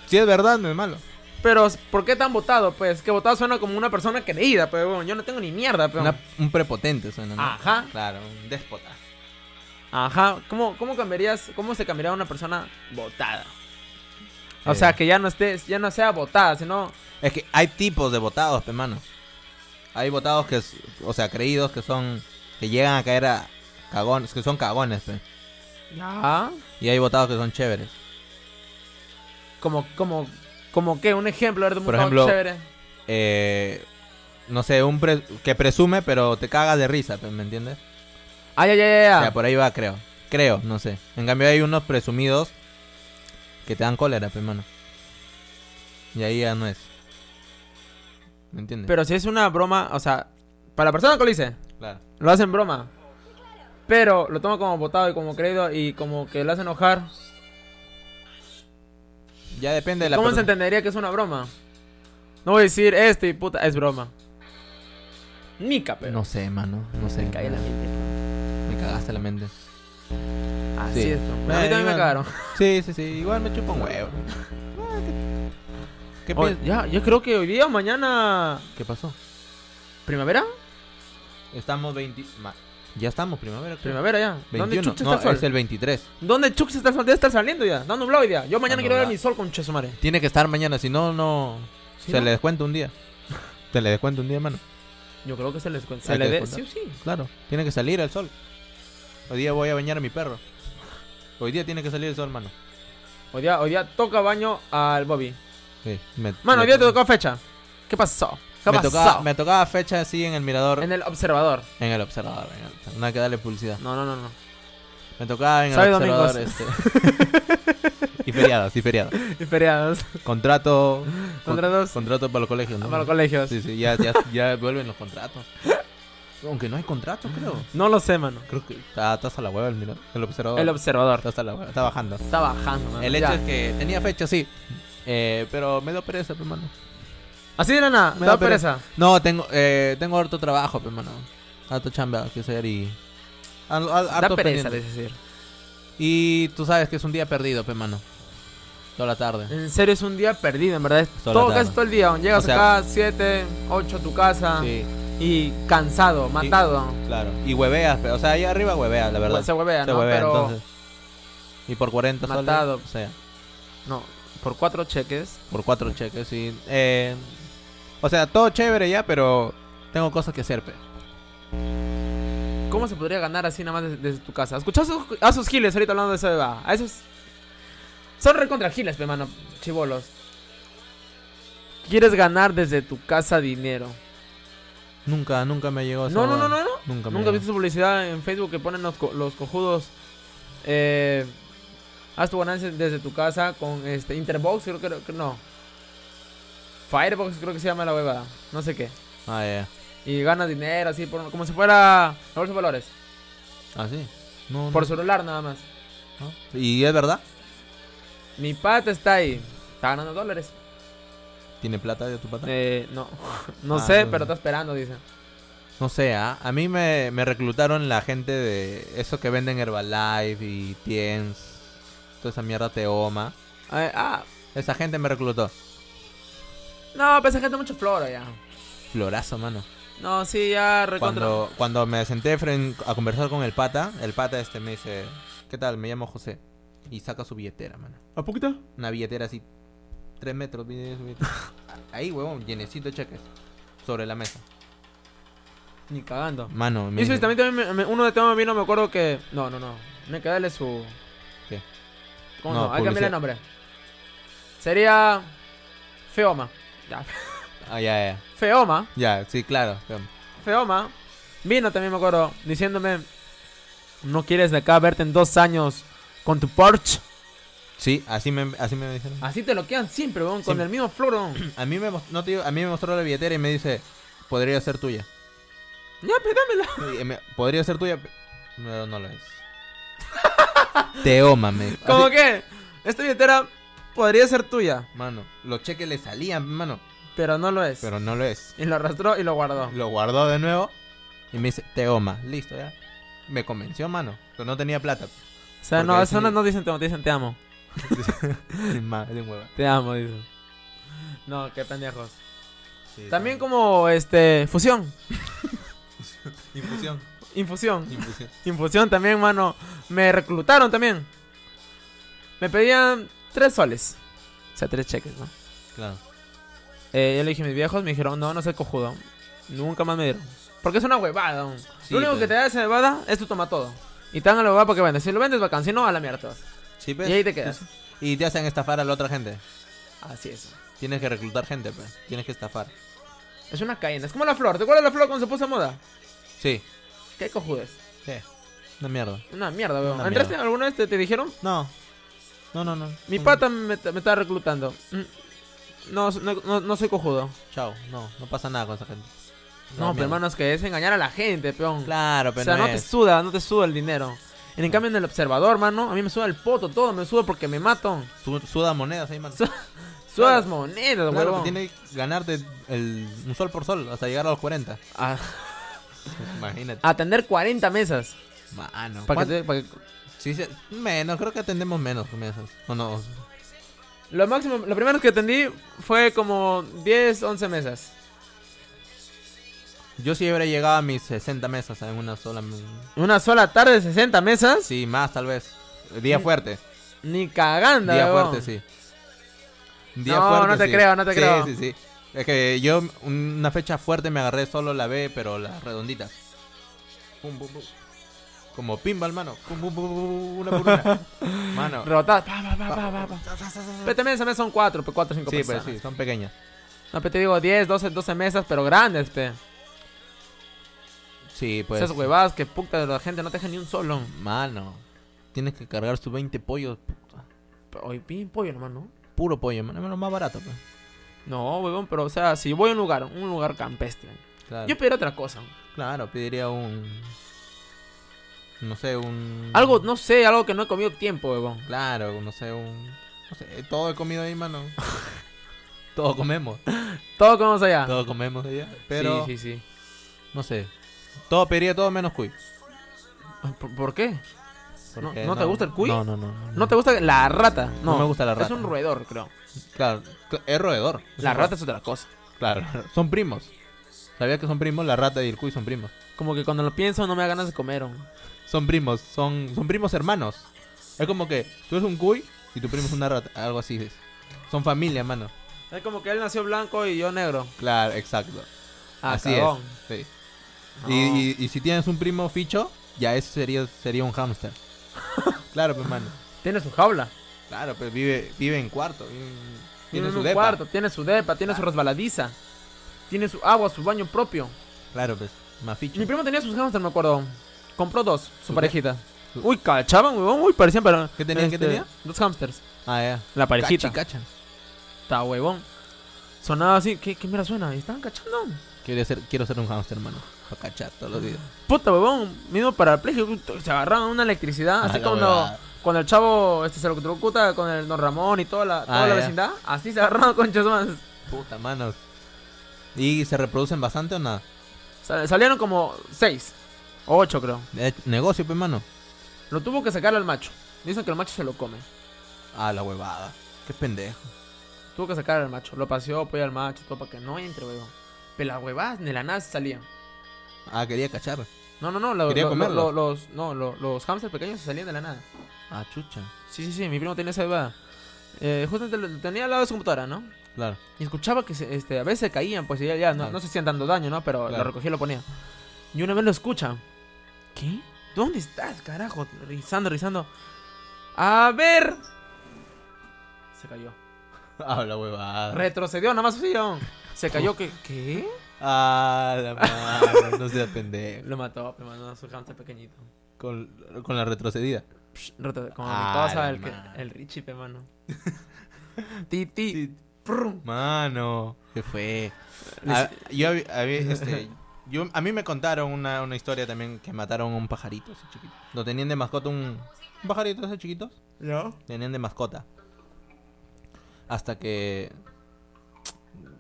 [SPEAKER 2] Si es verdad, no es malo.
[SPEAKER 1] Pero, ¿por qué tan votado? Pues que votado suena como una persona creída, pero bueno, yo no tengo ni mierda, pero.
[SPEAKER 2] Una- un prepotente suena, ¿no?
[SPEAKER 1] Ajá.
[SPEAKER 2] Claro, un déspota.
[SPEAKER 1] Ajá. ¿Cómo, cómo cambiarías, cómo se cambiaría una persona votada? O
[SPEAKER 2] Sí.
[SPEAKER 1] sea, que ya no estés, ya no sea votada, sino.
[SPEAKER 2] Es que hay tipos de votados, pe, mano. Hay votados que, s- o sea, creídos que son, que llegan a caer a cagones, que son cagones, pe.
[SPEAKER 1] Ya.
[SPEAKER 2] Y hay votados que son chéveres.
[SPEAKER 1] Como, como, como que, un ejemplo, a ver, de un
[SPEAKER 2] Por
[SPEAKER 1] botado
[SPEAKER 2] ejemplo-
[SPEAKER 1] chévere.
[SPEAKER 2] Eh, no sé, un pre- que presume, pero te cagas de risa, pe, ¿me entiendes?
[SPEAKER 1] Ah, ya, ya, ya, ya.
[SPEAKER 2] O sea, por ahí va, creo. Creo, no sé. En cambio hay unos presumidos que te dan cólera, pe, mano. Y ahí ya no es. ¿Me entiendes?
[SPEAKER 1] Pero si es una broma, o sea, para la persona que lo dice,
[SPEAKER 2] Claro.
[SPEAKER 1] lo hacen broma. Pero lo toma como votado y como creído y como que lo hace enojar.
[SPEAKER 2] Ya depende de la
[SPEAKER 1] ¿Cómo se
[SPEAKER 2] persona.
[SPEAKER 1] entendería que es una broma? No voy a decir este y puta, es broma. Nica, pero.
[SPEAKER 2] No sé, mano. No sé.
[SPEAKER 1] me cagué en la mente.
[SPEAKER 2] Me cagaste la mente.
[SPEAKER 1] Así
[SPEAKER 2] Sí.
[SPEAKER 1] es. no. Bueno, a mí
[SPEAKER 2] Eh,
[SPEAKER 1] también me
[SPEAKER 2] igual.
[SPEAKER 1] cagaron.
[SPEAKER 2] Sí, sí, sí. Igual me chupa un huevo. ¿Qué,
[SPEAKER 1] Hoy-
[SPEAKER 2] piensas?
[SPEAKER 1] ya, yo creo que hoy día o mañana.
[SPEAKER 2] ¿Qué pasó?
[SPEAKER 1] ¿Primavera?
[SPEAKER 2] Estamos 20... ma- Ya estamos, primavera. creo.
[SPEAKER 1] Primavera ya. ¿Dónde
[SPEAKER 2] 21.
[SPEAKER 1] chucha
[SPEAKER 2] no,
[SPEAKER 1] está el
[SPEAKER 2] es
[SPEAKER 1] sol?
[SPEAKER 2] el 23.
[SPEAKER 1] ¿Dónde chucha está el sol? Debe estar saliendo ya. Está nublado hoy día. Yo
[SPEAKER 2] Está
[SPEAKER 1] mañana quiero ver
[SPEAKER 2] nublado.
[SPEAKER 1] mi sol con chesumare.
[SPEAKER 2] Tiene que estar mañana, si no, no...
[SPEAKER 1] ¿Sí,
[SPEAKER 2] se
[SPEAKER 1] no?
[SPEAKER 2] le descuenta un día. se le descuenta un día, mano.
[SPEAKER 1] Yo creo que se les cuenta.
[SPEAKER 2] Hay
[SPEAKER 1] Se
[SPEAKER 2] que
[SPEAKER 1] le dé. Sí,
[SPEAKER 2] descontar.
[SPEAKER 1] sí.
[SPEAKER 2] Claro, tiene que salir el sol. Hoy día voy a bañar a mi perro. Hoy día tiene que salir el sol, mano.
[SPEAKER 1] Hoy día, hoy día toca baño al Bobby.
[SPEAKER 2] Sí, me-
[SPEAKER 1] Mano,
[SPEAKER 2] me
[SPEAKER 1] hoy día te
[SPEAKER 2] tocó-
[SPEAKER 1] tocó fecha. ¿Qué pasó? ¿Qué
[SPEAKER 2] me
[SPEAKER 1] pasó?
[SPEAKER 2] tocaba, me tocaba fecha así en el mirador.
[SPEAKER 1] En el observador.
[SPEAKER 2] En el observador. en el observador. Nada que darle publicidad.
[SPEAKER 1] No, no, no, no.
[SPEAKER 2] Me tocaba en el
[SPEAKER 1] Sábado y
[SPEAKER 2] observador. este. y feriados, y feriados.
[SPEAKER 1] Y feriados.
[SPEAKER 2] Contrato. con-
[SPEAKER 1] Contratos.
[SPEAKER 2] Contrato para los colegios, ¿no?
[SPEAKER 1] Para los colegios.
[SPEAKER 2] Sí, sí, ya, ya, ya vuelven los contratos. Aunque no hay contratos, creo.
[SPEAKER 1] No lo sé, mano.
[SPEAKER 2] Creo que está, está hasta la hueva el mirador. El observador.
[SPEAKER 1] El observador.
[SPEAKER 2] está hasta la hueva, está bajando.
[SPEAKER 1] Está bajando, mano.
[SPEAKER 2] El hecho
[SPEAKER 1] Ya.
[SPEAKER 2] es que tenía fecha, sí. Eh, pero me dio pereza, pe, mano.
[SPEAKER 1] Así de la nada.
[SPEAKER 2] Me
[SPEAKER 1] Me
[SPEAKER 2] da
[SPEAKER 1] da pereza.
[SPEAKER 2] No, tengo, eh, tengo harto trabajo, pe, mano. Harto chamba que hacer y. har- har-
[SPEAKER 1] Da
[SPEAKER 2] harto
[SPEAKER 1] pereza,
[SPEAKER 2] pendiente.
[SPEAKER 1] es decir.
[SPEAKER 2] Y tú sabes que es un día perdido, pe, mano. Toda la tarde.
[SPEAKER 1] En serio, es un día perdido, en verdad. Es
[SPEAKER 2] Toda la
[SPEAKER 1] todo,
[SPEAKER 2] tarde.
[SPEAKER 1] casi todo el día. Llegas
[SPEAKER 2] O sea-
[SPEAKER 1] acá 7, 8 a tu casa.
[SPEAKER 2] Sí,
[SPEAKER 1] Y cansado, matado.
[SPEAKER 2] claro. Y hueveas, pe, o sea, ahí arriba hueveas, la verdad.
[SPEAKER 1] Se huevea,
[SPEAKER 2] Se
[SPEAKER 1] ¿no?
[SPEAKER 2] huevea,
[SPEAKER 1] Pero
[SPEAKER 2] entonces. Y por 40 soles,
[SPEAKER 1] Matado.
[SPEAKER 2] O sea,
[SPEAKER 1] no, por cuatro cheques.
[SPEAKER 2] por cuatro cheques, sí. Eh, o sea, todo chévere ya, pero tengo cosas que hacer, pe.
[SPEAKER 1] ¿Cómo se podría ganar así nada más des- desde, tu casa? ¿Escuchás a esos- a esos giles ahorita hablando de esa beba? A esos... Son recontra giles, pe mano, chivolos. ¿Quieres ganar desde tu casa dinero?
[SPEAKER 2] Nunca, nunca me llegó esa
[SPEAKER 1] No, no,
[SPEAKER 2] hueva.
[SPEAKER 1] no, no, no.
[SPEAKER 2] Nunca me
[SPEAKER 1] ¿Nunca
[SPEAKER 2] llegó.
[SPEAKER 1] viste su publicidad en Facebook que ponen los, co- los cojudos? Eh, haz tu ganancia desde tu casa con este Interbox, creo que que no. Firebox creo que se llama la huevada, no sé qué.
[SPEAKER 2] Ah, ya.
[SPEAKER 1] Y ganas dinero así por- como si fuera la bolsa de valores,
[SPEAKER 2] Ah, sí. No,
[SPEAKER 1] por
[SPEAKER 2] no,
[SPEAKER 1] celular nada más.
[SPEAKER 2] no. ¿Y es verdad?
[SPEAKER 1] Mi pata está ahí. Está ganando dólares.
[SPEAKER 2] ¿Tiene plata de tu pata?
[SPEAKER 1] Eh, no. No
[SPEAKER 2] Ah,
[SPEAKER 1] sé,
[SPEAKER 2] no, no.
[SPEAKER 1] pero está esperando, dice.
[SPEAKER 2] No sé, ¿ah? a mí me, me reclutaron la gente de eso que venden Herbalife y Tiens, toda esa mierda Teoma.
[SPEAKER 1] Ah, eh, ah,
[SPEAKER 2] Esa gente me reclutó.
[SPEAKER 1] no, pues pensé que está mucho floro ya.
[SPEAKER 2] Florazo, mano.
[SPEAKER 1] No, sí, ya recontra.
[SPEAKER 2] Cuando, cuando me senté fren- a conversar con el pata, el pata este me dice, ¿qué tal? Me llamo José. Y saca su billetera, mano.
[SPEAKER 1] ¿A poquito?
[SPEAKER 2] Una billetera así, tres metros. viene su billetera. Ahí, huevón, llenecito de cheques. Sobre la mesa.
[SPEAKER 1] Ni cagando.
[SPEAKER 2] Mano, me
[SPEAKER 1] Y eso
[SPEAKER 2] dice-
[SPEAKER 1] también, también me- me- uno de tema vino, me acuerdo que. No, no, no. Me quedale su.
[SPEAKER 2] ¿Qué?
[SPEAKER 1] ¿Cómo
[SPEAKER 2] No,
[SPEAKER 1] no? Hay que cambiarle
[SPEAKER 2] publicidad.
[SPEAKER 1] el nombre. Sería. Feoma. Ya.
[SPEAKER 2] Ah, ya, ya.
[SPEAKER 1] Feoma.
[SPEAKER 2] Ya, sí, claro.
[SPEAKER 1] Feoma vino también, me acuerdo, diciéndome: ¿No quieres de acá verte en dos años con tu Porsche?
[SPEAKER 2] Sí, así me, así me dijeron.
[SPEAKER 1] Así te lo quedan siempre, weón, con
[SPEAKER 2] Siempre.
[SPEAKER 1] el mismo flor, weón.
[SPEAKER 2] A mí me, mos- no te digo- a mí me mostró la billetera y me dice, podría ser tuya.
[SPEAKER 1] Ya, pues dámela.
[SPEAKER 2] Y me- podría ser tuya, pero no lo es. Teoma, me dijo.
[SPEAKER 1] Como
[SPEAKER 2] Así-
[SPEAKER 1] que esta billetera podría ser tuya,
[SPEAKER 2] Mano, los cheques le salían, mano,
[SPEAKER 1] pero no lo es.
[SPEAKER 2] pero no lo es.
[SPEAKER 1] Y lo arrastró y lo guardó.
[SPEAKER 2] Lo guardó de nuevo y me dice, Teoma, listo ya. Me convenció, mano, pero no tenía plata.
[SPEAKER 1] O sea, no,
[SPEAKER 2] Porque
[SPEAKER 1] eso
[SPEAKER 2] sí.
[SPEAKER 1] no, no dicen te amo, te dicen te amo.
[SPEAKER 2] Sin ma- sin hueva.
[SPEAKER 1] Te amo, dicen. No, qué pendejos.
[SPEAKER 2] Sí,
[SPEAKER 1] También como, este, fusión.
[SPEAKER 2] Infusión.
[SPEAKER 1] Infusión.
[SPEAKER 2] Infusión.
[SPEAKER 1] Infusión también, mano. Me reclutaron también. Me pedían tres soles. O sea, tres cheques, ¿no?
[SPEAKER 2] Claro.
[SPEAKER 1] Eh, yo le dije a mis viejos, me dijeron, no, no seas cojudo. Nunca más me dieron. Porque es una huevada. don.
[SPEAKER 2] Sí,
[SPEAKER 1] lo único que
[SPEAKER 2] pues.
[SPEAKER 1] te da esa huevada es tu toma todo. Y te dan a la huevada para que vendas. Si lo vendes, bacán. Si no, a la mierda te vas.
[SPEAKER 2] Sí, pues.
[SPEAKER 1] Y ahí te quedas.
[SPEAKER 2] Y te hacen estafar a la otra gente.
[SPEAKER 1] Así es.
[SPEAKER 2] Tienes que reclutar gente, pues. Tienes que estafar.
[SPEAKER 1] Es una cadena. Es como la flor. ¿Te acuerdas de la flor cuando se puso de moda?
[SPEAKER 2] Sí.
[SPEAKER 1] ¿Qué cojudes?
[SPEAKER 2] Sí. Una mierda.
[SPEAKER 1] Una mierda, weón.
[SPEAKER 2] Una
[SPEAKER 1] ¿Entraste
[SPEAKER 2] mierda.
[SPEAKER 1] alguna vez? Te, te dijeron?
[SPEAKER 2] No. No, no, no.
[SPEAKER 1] Mi
[SPEAKER 2] No,
[SPEAKER 1] pata me, me está reclutando. Mm. No, no, no, no soy cojudo.
[SPEAKER 2] no. Chao. No, no pasa nada con esa gente.
[SPEAKER 1] No, pero hermano, es que es engañar a la gente, peón.
[SPEAKER 2] Claro,
[SPEAKER 1] o
[SPEAKER 2] pero
[SPEAKER 1] sea, no,
[SPEAKER 2] no
[SPEAKER 1] te
[SPEAKER 2] es.
[SPEAKER 1] suda, no te suda el dinero. En cambio, en el observador, mano, a mí me suda el poto, todo me suda porque me mato.
[SPEAKER 2] Su- Suda monedas ahí, mano.
[SPEAKER 1] Su- Suda
[SPEAKER 2] Claro.
[SPEAKER 1] las monedas,
[SPEAKER 2] Claro,
[SPEAKER 1] huevón.
[SPEAKER 2] que tiene que ganarte el, un sol por sol hasta llegar a los 40.
[SPEAKER 1] A,
[SPEAKER 2] Imagínate.
[SPEAKER 1] a atender 40 mesas.
[SPEAKER 2] Mano.
[SPEAKER 1] Para
[SPEAKER 2] ¿cuánto-
[SPEAKER 1] que te- para que-
[SPEAKER 2] Sí, sí, menos, creo que atendemos menos mesas. O no.
[SPEAKER 1] Lo máximo, lo primero que atendí fue como 10, 11 mesas.
[SPEAKER 2] Yo sí habré llegado a mis 60 mesas en una sola.
[SPEAKER 1] Una sola tarde, 60 mesas.
[SPEAKER 2] Sí, más tal vez. Día fuerte.
[SPEAKER 1] Ni cagando,
[SPEAKER 2] Día
[SPEAKER 1] huevón.
[SPEAKER 2] fuerte, sí.
[SPEAKER 1] No, no te creo, no te
[SPEAKER 2] Sí,
[SPEAKER 1] creo.
[SPEAKER 2] Sí, sí. Es que yo un- una fecha fuerte me agarré solo la B, pero las redonditas. Pum, pum, pum. Como pimba, hermano. Pum, pum, pum, pum, pum, una por una. Mano.
[SPEAKER 1] Rebotadas, pa, pa, pa, pa, pa, pa. Pete mesa, mesa son 4, 4, 5
[SPEAKER 2] Sí, pues
[SPEAKER 1] personas.
[SPEAKER 2] sí, son pequeñas.
[SPEAKER 1] No, pero te digo 10, 12, 12 mesas, pero grandes, pe.
[SPEAKER 2] Sí, pues.
[SPEAKER 1] Esas huevadas que puta de la gente no te deja ni un solo.
[SPEAKER 2] Mano. Tienes que cargar sus 20 pollos. puta.
[SPEAKER 1] Hoy bien pollo, hermano.
[SPEAKER 2] Puro pollo, mano. Lo más barato, pues.
[SPEAKER 1] No, huevón, pero o sea, si yo voy a un lugar, un lugar campestre,
[SPEAKER 2] Claro.
[SPEAKER 1] yo pediría otra cosa.
[SPEAKER 2] Claro, pediría un. No sé, un.
[SPEAKER 1] Algo, no sé, algo que no he comido tiempo, huevón.
[SPEAKER 2] Claro, no sé, un. No sé, todo he comido ahí, mano. todo comemos.
[SPEAKER 1] Todo comemos allá.
[SPEAKER 2] Todo comemos allá. Pero,
[SPEAKER 1] Ah. Sí, sí, sí.
[SPEAKER 2] no sé. Todo pediría todo menos cuy.
[SPEAKER 1] ¿Por, por qué?
[SPEAKER 2] Porque
[SPEAKER 1] ¿No- no te gusta el cuy?
[SPEAKER 2] No, no, no. No,
[SPEAKER 1] ¿No te gusta la rata? No,
[SPEAKER 2] No me gusta la
[SPEAKER 1] Es
[SPEAKER 2] rata.
[SPEAKER 1] un roedor, creo.
[SPEAKER 2] Claro, cl- es roedor. Es
[SPEAKER 1] La
[SPEAKER 2] un
[SPEAKER 1] rata es otra cosa.
[SPEAKER 2] roedor. Claro, son primos. Sabía que son primos, la rata y el cuy son primos.
[SPEAKER 1] Como que cuando lo pienso no me da ganas de comer. huevón.
[SPEAKER 2] Son primos, son, son primos hermanos. Es como que tú eres un cuy y tu primo es una rata. Algo así es. Son familia, mano.
[SPEAKER 1] Es como que él nació blanco y yo negro.
[SPEAKER 2] Claro, exacto.
[SPEAKER 1] Ah,
[SPEAKER 2] Así
[SPEAKER 1] cagón.
[SPEAKER 2] es. sí.
[SPEAKER 1] No.
[SPEAKER 2] Y, y- y si tienes un primo ficho, ya eso sería, sería un hámster. claro, pues, mano.
[SPEAKER 1] Tiene su jaula.
[SPEAKER 2] Claro, pues vive, vive en cuarto. vive en- tiene
[SPEAKER 1] Tiene
[SPEAKER 2] su
[SPEAKER 1] un
[SPEAKER 2] depa. Ah.
[SPEAKER 1] cuarto, tiene su depa, tiene su resbaladiza. Tiene su agua, su baño propio.
[SPEAKER 2] Claro, pues, más ficho.
[SPEAKER 1] Mi primo tenía sus hamsters, me acuerdo. Compró dos, su
[SPEAKER 2] ¿Su
[SPEAKER 1] parejita.
[SPEAKER 2] qué? Su-
[SPEAKER 1] Uy, cachaban, huevón. Uy, parecían pero. este,
[SPEAKER 2] ¿Qué tenía, qué tenía?
[SPEAKER 1] Dos hamsters.
[SPEAKER 2] Ah, ya.
[SPEAKER 1] La parejita.
[SPEAKER 2] Cachi, cacha.
[SPEAKER 1] Está huevón. Sonaba así. ¿Qué, qué mira suena? Y estaban cachando.
[SPEAKER 2] Quiero ser, quiero ser un hámster, hermano. Para cachar todos los días.
[SPEAKER 1] Puta, huevón. Mismo parapléjico. Se agarraban una electricidad.
[SPEAKER 2] Ah,
[SPEAKER 1] Así
[SPEAKER 2] la
[SPEAKER 1] cuando,
[SPEAKER 2] huevada.
[SPEAKER 1] cuando el chavo este, se lo trucuta con el don Ramón y toda la, toda
[SPEAKER 2] Ah, ya.
[SPEAKER 1] la vecindad. Así se agarraban conchas más.
[SPEAKER 2] Puta, manos. ¿Y se reproducen bastante o nada?
[SPEAKER 1] Sal- salieron como seis. O ocho, creo.
[SPEAKER 2] Eh, negocio, pues, mano.
[SPEAKER 1] Lo tuvo que sacar al macho. Dicen que el macho se lo come.
[SPEAKER 2] Ah, la huevada. Qué pendejo.
[SPEAKER 1] Tuvo que sacar al macho. Lo paseó, apoyó al macho, todo para que no entre, huevón. Pero las huevadas de la nada salían.
[SPEAKER 2] Ah, quería cachar.
[SPEAKER 1] No, no, no. lo-
[SPEAKER 2] Quería
[SPEAKER 1] lo- lo-
[SPEAKER 2] comerlo.
[SPEAKER 1] lo- los, no, lo- los hamsters pequeños se salían de la nada.
[SPEAKER 2] Ah, chucha.
[SPEAKER 1] Sí, sí, sí. Mi primo tenía esa huevada. Eh, justamente lo tenía al lado de su computadora, ¿no?
[SPEAKER 2] Claro.
[SPEAKER 1] Y escuchaba que se- este, a veces se caían, pues y ya, ya no,
[SPEAKER 2] Claro.
[SPEAKER 1] no se hacían tanto daño, ¿no? Pero lo
[SPEAKER 2] Claro.
[SPEAKER 1] recogía y lo ponía. Y una vez lo escucha. ¿Qué? ¿Dónde estás, carajo? Rizando, rizando. A ver. Se cayó.
[SPEAKER 2] Ah, la huevada.
[SPEAKER 1] Retrocedió, nada más así. ¿no? Se cayó, que ¿qué?
[SPEAKER 2] Ah, la madre, no sea pendejo.
[SPEAKER 1] Lo mató, me mandó a su hamster pequeñito.
[SPEAKER 2] Con, con la retrocedida.
[SPEAKER 1] Psh, retro- Como
[SPEAKER 2] Ah,
[SPEAKER 1] mi cosa,
[SPEAKER 2] la
[SPEAKER 1] el, que,
[SPEAKER 2] madre.
[SPEAKER 1] el Richie, pe, mano. Titi. prum.
[SPEAKER 2] Mano, ¿qué fue?
[SPEAKER 1] Les-
[SPEAKER 2] A, yo, habí- habí- este, yo- a mí me contaron una, una historia también que mataron a un pajarito ese chiquito. Lo tenían de mascota un, un pajarito ese chiquito.
[SPEAKER 1] ¿No?
[SPEAKER 2] Tenían de mascota. Hasta que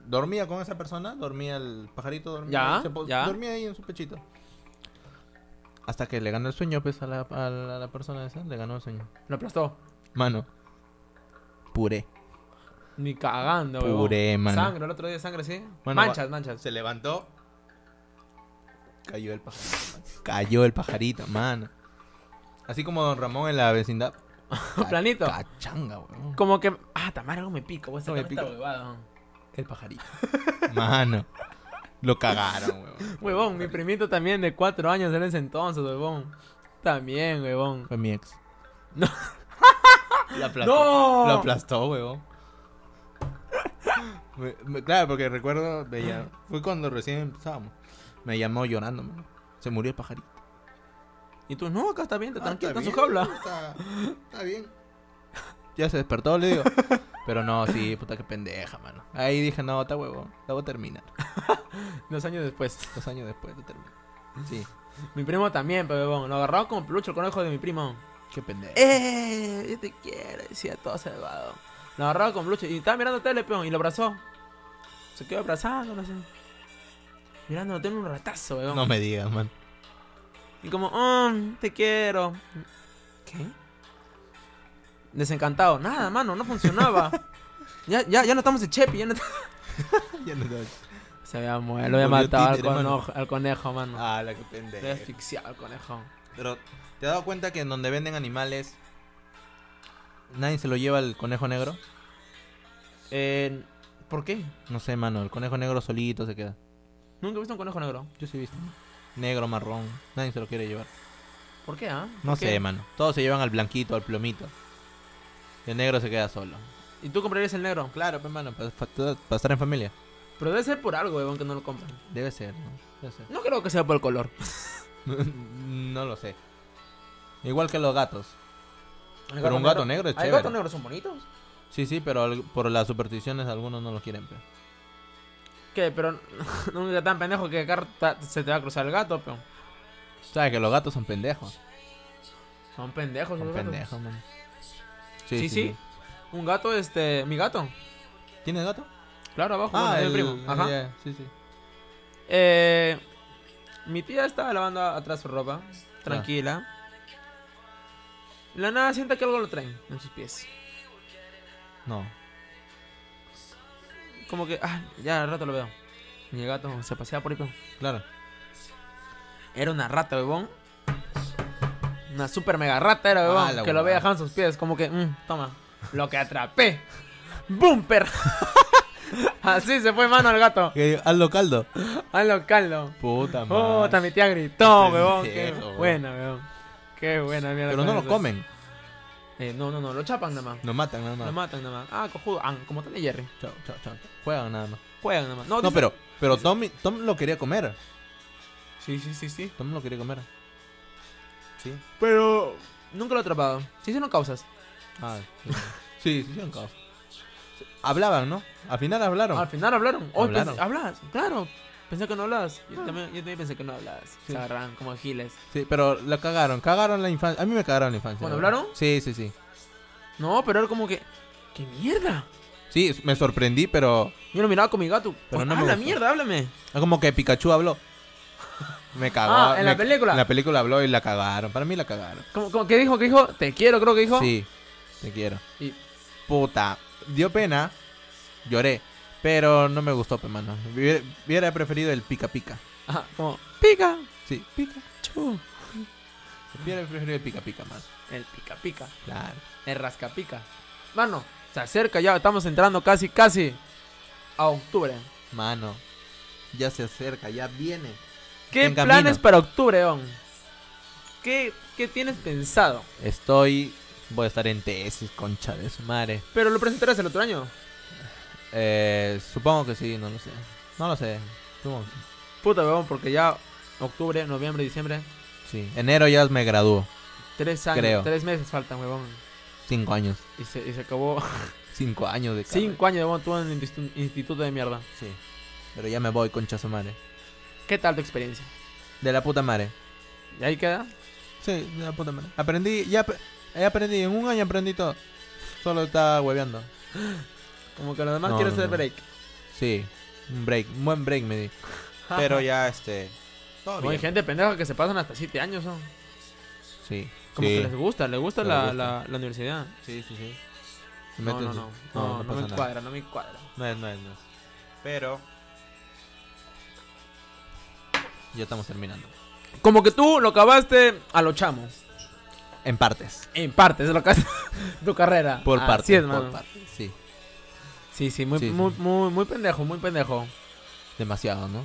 [SPEAKER 2] dormía con esa persona, dormía el pajarito, dormía,
[SPEAKER 1] Ya,
[SPEAKER 2] se po-
[SPEAKER 1] ya.
[SPEAKER 2] dormía ahí en su pechito. Hasta que le ganó el sueño, pues, a la, a la- a la persona esa, le ganó el sueño.
[SPEAKER 1] Lo aplastó.
[SPEAKER 2] Mano, puré.
[SPEAKER 1] Ni cagando, weón.
[SPEAKER 2] Puré, mano.
[SPEAKER 1] Sangre, el otro día sangre, sí.
[SPEAKER 2] Bueno,
[SPEAKER 1] manchas, manchas.
[SPEAKER 2] Se levantó. Cayó el pajarito. mano. Cayó el pajarito, mano. Así como Don Ramón en la vecindad. Ca-
[SPEAKER 1] Planito.
[SPEAKER 2] Cachanga, weón.
[SPEAKER 1] Como que. Ah, tamar, algo me pica, voy a
[SPEAKER 2] Algo me
[SPEAKER 1] sacar esta
[SPEAKER 2] pica.
[SPEAKER 1] huevada.
[SPEAKER 2] El pajarito. Mano. Lo cagaron, weón.
[SPEAKER 1] Huevón, mi primito también de cuatro años en ese entonces, huevón. También, huevón.
[SPEAKER 2] Fue mi ex.
[SPEAKER 1] No.
[SPEAKER 2] Lo aplastó.
[SPEAKER 1] ¡No!
[SPEAKER 2] Lo aplastó, huevón. Me- me- Claro, porque recuerdo, me llam- fue cuando recién empezábamos. Me llamó llorando, mano. Se murió el pajarito.
[SPEAKER 1] Y tú, no, acá está bien, está
[SPEAKER 2] Ah, está
[SPEAKER 1] tranquila, está en su
[SPEAKER 2] bien,
[SPEAKER 1] jaula.
[SPEAKER 2] Está, está bien. Ya se despertó, le digo. Pero no, sí, puta que pendeja, mano. Ahí dije, no, está huevo. La voy a terminar.
[SPEAKER 1] Dos años después.
[SPEAKER 2] Dos años después la termino. Sí,
[SPEAKER 1] Mi primo también, pues, huevón. Lo agarraba como peluche el conejo de mi primo.
[SPEAKER 2] qué pendeja.
[SPEAKER 1] ¡Eh! Yo te quiero, decía todo salvado. Lo agarraba con peluche y estaba mirando tele, peón, y lo abrazó. Se quedó abrazando, no sé. Mirando tengo un ratazo, huevón.
[SPEAKER 2] No me digas, man.
[SPEAKER 1] Y como, oh, te quiero. ¿Qué? Desencantado. Nada, mano, no funcionaba. ya, ya, ya no estamos en Chepi, ya no estamos...
[SPEAKER 2] Ya no te-
[SPEAKER 1] Se había muerto, lo había
[SPEAKER 2] Volvió
[SPEAKER 1] matado al,
[SPEAKER 2] títere, mano.
[SPEAKER 1] conojo- al conejo, mano.
[SPEAKER 2] Ah, la que
[SPEAKER 1] lo
[SPEAKER 2] pendeja.
[SPEAKER 1] había asfixiado al conejo.
[SPEAKER 2] Pero, ¿te has dado cuenta que en donde venden animales nadie se lo lleva el conejo negro?
[SPEAKER 1] Eh, ¿Por qué?
[SPEAKER 2] No sé, mano, el conejo negro solito se queda.
[SPEAKER 1] Nunca he visto un conejo negro.
[SPEAKER 2] Yo sí he visto. Negro, marrón, nadie se lo quiere llevar.
[SPEAKER 1] ¿Por qué, ah?
[SPEAKER 2] No
[SPEAKER 1] ¿Por qué?
[SPEAKER 2] sé, mano. Todos se llevan al blanquito, al plomito. Y el negro se queda solo.
[SPEAKER 1] ¿Y tú comprarías el negro?
[SPEAKER 2] Claro, pues, mano, para, estar en familia.
[SPEAKER 1] Pero debe ser por algo, huevón, que no lo compran.
[SPEAKER 2] Debe ser, ¿no? Debe ser.
[SPEAKER 1] No creo que sea por el color.
[SPEAKER 2] no lo sé. Igual que los gatos.
[SPEAKER 1] El
[SPEAKER 2] Pero un gato negro es
[SPEAKER 1] Ah, el
[SPEAKER 2] chévere.
[SPEAKER 1] gato negro son bonitos?
[SPEAKER 2] Sí, sí, pero al- por las supersticiones algunos no los quieren. pe.
[SPEAKER 1] ¿Qué? Pero no seas tan pendejo que acá ta- se te va a cruzar el gato, peón.
[SPEAKER 2] Sabes que los gatos son pendejos.
[SPEAKER 1] Son pendejos,
[SPEAKER 2] Son
[SPEAKER 1] los gatos.
[SPEAKER 2] pendejos, man.
[SPEAKER 1] Sí, sí. Un gato, este, mi gato.
[SPEAKER 2] ¿Tienes gato?
[SPEAKER 1] Claro, abajo,
[SPEAKER 2] Ah,
[SPEAKER 1] bueno, de mi primo. Ah, Ajá.
[SPEAKER 2] ya, sí, sí.
[SPEAKER 1] Eh, mi tía estaba lavando a- atrás su ropa, tranquila. La nada siente que algo lo traen en sus pies.
[SPEAKER 2] No.
[SPEAKER 1] Como que, ah, ya al rato lo veo. Y el gato se pasea por ahí. peón.
[SPEAKER 2] Claro.
[SPEAKER 1] Era una rata, bebón. Una super mega rata era, bebón.
[SPEAKER 2] Ah, la
[SPEAKER 1] que lo
[SPEAKER 2] huevada.
[SPEAKER 1] había dejado en sus pies. Como que, mm, toma. Lo que atrapé. ¡Bum, perra! Así se fue mano al gato.
[SPEAKER 2] ¿Qué, hazlo caldo.
[SPEAKER 1] Al local,
[SPEAKER 2] Puta
[SPEAKER 1] Oh,
[SPEAKER 2] madre.
[SPEAKER 1] mi tía gritó, huevón. Qué
[SPEAKER 2] Pendejo, huevón.
[SPEAKER 1] buena, huevón. Qué buena mierda.
[SPEAKER 2] Pero no
[SPEAKER 1] con
[SPEAKER 2] lo
[SPEAKER 1] eso.
[SPEAKER 2] comen.
[SPEAKER 1] Eh, no, no, no. Lo chapan nada más.
[SPEAKER 2] Lo matan nada más.
[SPEAKER 1] Lo matan nada más. Ah, cojudo. Ah, como tal de Jerry.
[SPEAKER 2] Chao, chao, chao. Juegan nada más.
[SPEAKER 1] Juegan nada más. No,
[SPEAKER 2] No,
[SPEAKER 1] dice-
[SPEAKER 2] pero, pero Tom, Tom lo quería comer.
[SPEAKER 1] Sí, sí, sí, sí.
[SPEAKER 2] Tom lo quería comer. Sí.
[SPEAKER 1] Pero... Nunca lo he atrapado. Se hicieron causas.
[SPEAKER 2] Ah, sí. sí, sí, hicieron caos. Hablaban, ¿no? Al final hablaron.
[SPEAKER 1] Al final hablaron. Ah. Hoy
[SPEAKER 2] Hablaron.
[SPEAKER 1] pensé- hablas, claro. Pensé que no hablabas. Yo, también, yo también pensé que no hablabas.
[SPEAKER 2] Sí.
[SPEAKER 1] Se agarran como giles.
[SPEAKER 2] Sí, pero la cagaron. Cagaron la infancia. A mí me cagaron la infancia.
[SPEAKER 1] ¿Cuándo
[SPEAKER 2] la verdad.
[SPEAKER 1] hablaron?
[SPEAKER 2] Sí, sí, sí.
[SPEAKER 1] No, pero era como que. ¡Qué mierda!
[SPEAKER 2] Sí, me sorprendí, pero.
[SPEAKER 1] Yo lo miraba con mi gato.
[SPEAKER 2] Pero
[SPEAKER 1] Pues,
[SPEAKER 2] no me
[SPEAKER 1] habla
[SPEAKER 2] gustó.
[SPEAKER 1] mierda, háblame.
[SPEAKER 2] Es como que Pikachu habló. Me cagó.
[SPEAKER 1] Ah, en
[SPEAKER 2] me-
[SPEAKER 1] la película.
[SPEAKER 2] En la película habló y la cagaron. Para mí la cagaron.
[SPEAKER 1] Como, como, ¿Qué dijo? ¿Qué dijo? Te quiero, creo que dijo.
[SPEAKER 2] Sí, te quiero.
[SPEAKER 1] Y-
[SPEAKER 2] Puta. Dio pena. Lloré. Pero no me gustó, pe, mano. Hubiera- Hubiera preferido el pica pica.
[SPEAKER 1] Ajá, como, pica,
[SPEAKER 2] Sí, pica.
[SPEAKER 1] chu.
[SPEAKER 2] Hubiera preferido el pica pica, mano.
[SPEAKER 1] El pica pica.
[SPEAKER 2] Claro.
[SPEAKER 1] El rasca pica. Mano, se acerca ya. Estamos entrando casi, casi a octubre.
[SPEAKER 2] Mano. Ya se acerca, ya viene.
[SPEAKER 1] ¿Qué
[SPEAKER 2] En camino.
[SPEAKER 1] planes para octubre, on? ¿Qué, ¿Qué tienes pensado?
[SPEAKER 2] Estoy. Voy a estar en tesis, concha de su madre.
[SPEAKER 1] Pero lo presentarás el otro año.
[SPEAKER 2] Eh, supongo que sí, no lo sé. No lo sé. Supongo que sí.
[SPEAKER 1] Puta, weón, porque ya octubre, noviembre, diciembre,
[SPEAKER 2] Sí. Enero ya me graduó.
[SPEAKER 1] tres años,
[SPEAKER 2] Creo.
[SPEAKER 1] tres meses faltan, weón.
[SPEAKER 2] Cinco años.
[SPEAKER 1] Y se, y se acabó
[SPEAKER 2] Cinco años de carrera.
[SPEAKER 1] cinco años, weón, tú en el instu- instituto de mierda.
[SPEAKER 2] Sí. Pero ya me voy, concha su madre.
[SPEAKER 1] ¿Qué tal tu experiencia?
[SPEAKER 2] De la puta madre.
[SPEAKER 1] ¿Y ahí queda?
[SPEAKER 2] Sí, de la puta madre. Aprendí, ya, ap- ya aprendí. En un año aprendí todo. Solo estaba hueveando.
[SPEAKER 1] Como que lo demás
[SPEAKER 2] No,
[SPEAKER 1] quiero
[SPEAKER 2] no,
[SPEAKER 1] hacer
[SPEAKER 2] no.
[SPEAKER 1] break.
[SPEAKER 2] Sí. Un break. Un buen break me di. Pero ya, este. Todo
[SPEAKER 1] No, hay
[SPEAKER 2] bien.
[SPEAKER 1] gente pendeja que se pasan hasta siete años, ¿no?
[SPEAKER 2] Sí.
[SPEAKER 1] Como
[SPEAKER 2] sí.
[SPEAKER 1] que les gusta, les gusta,
[SPEAKER 2] Les
[SPEAKER 1] la,
[SPEAKER 2] gusta.
[SPEAKER 1] La, la universidad.
[SPEAKER 2] sí, sí, sí. Me
[SPEAKER 1] No,
[SPEAKER 2] meto
[SPEAKER 1] no,
[SPEAKER 2] en-
[SPEAKER 1] no.
[SPEAKER 2] no,
[SPEAKER 1] No,
[SPEAKER 2] no
[SPEAKER 1] no
[SPEAKER 2] pasa
[SPEAKER 1] me
[SPEAKER 2] nada.
[SPEAKER 1] cuadra, no me cuadra.
[SPEAKER 2] No es, no es, no es. Pero. Ya estamos terminando.
[SPEAKER 1] Como que tú lo acabaste a lo chamo.
[SPEAKER 2] En partes.
[SPEAKER 1] En partes, lo acabaste tu carrera.
[SPEAKER 2] Por
[SPEAKER 1] Ah, Así
[SPEAKER 2] partes.
[SPEAKER 1] es,
[SPEAKER 2] por
[SPEAKER 1] mano.
[SPEAKER 2] partes, Sí.
[SPEAKER 1] Sí, sí, muy,
[SPEAKER 2] Sí, sí.
[SPEAKER 1] muy, muy, muy pendejo, muy pendejo.
[SPEAKER 2] Demasiado, ¿no?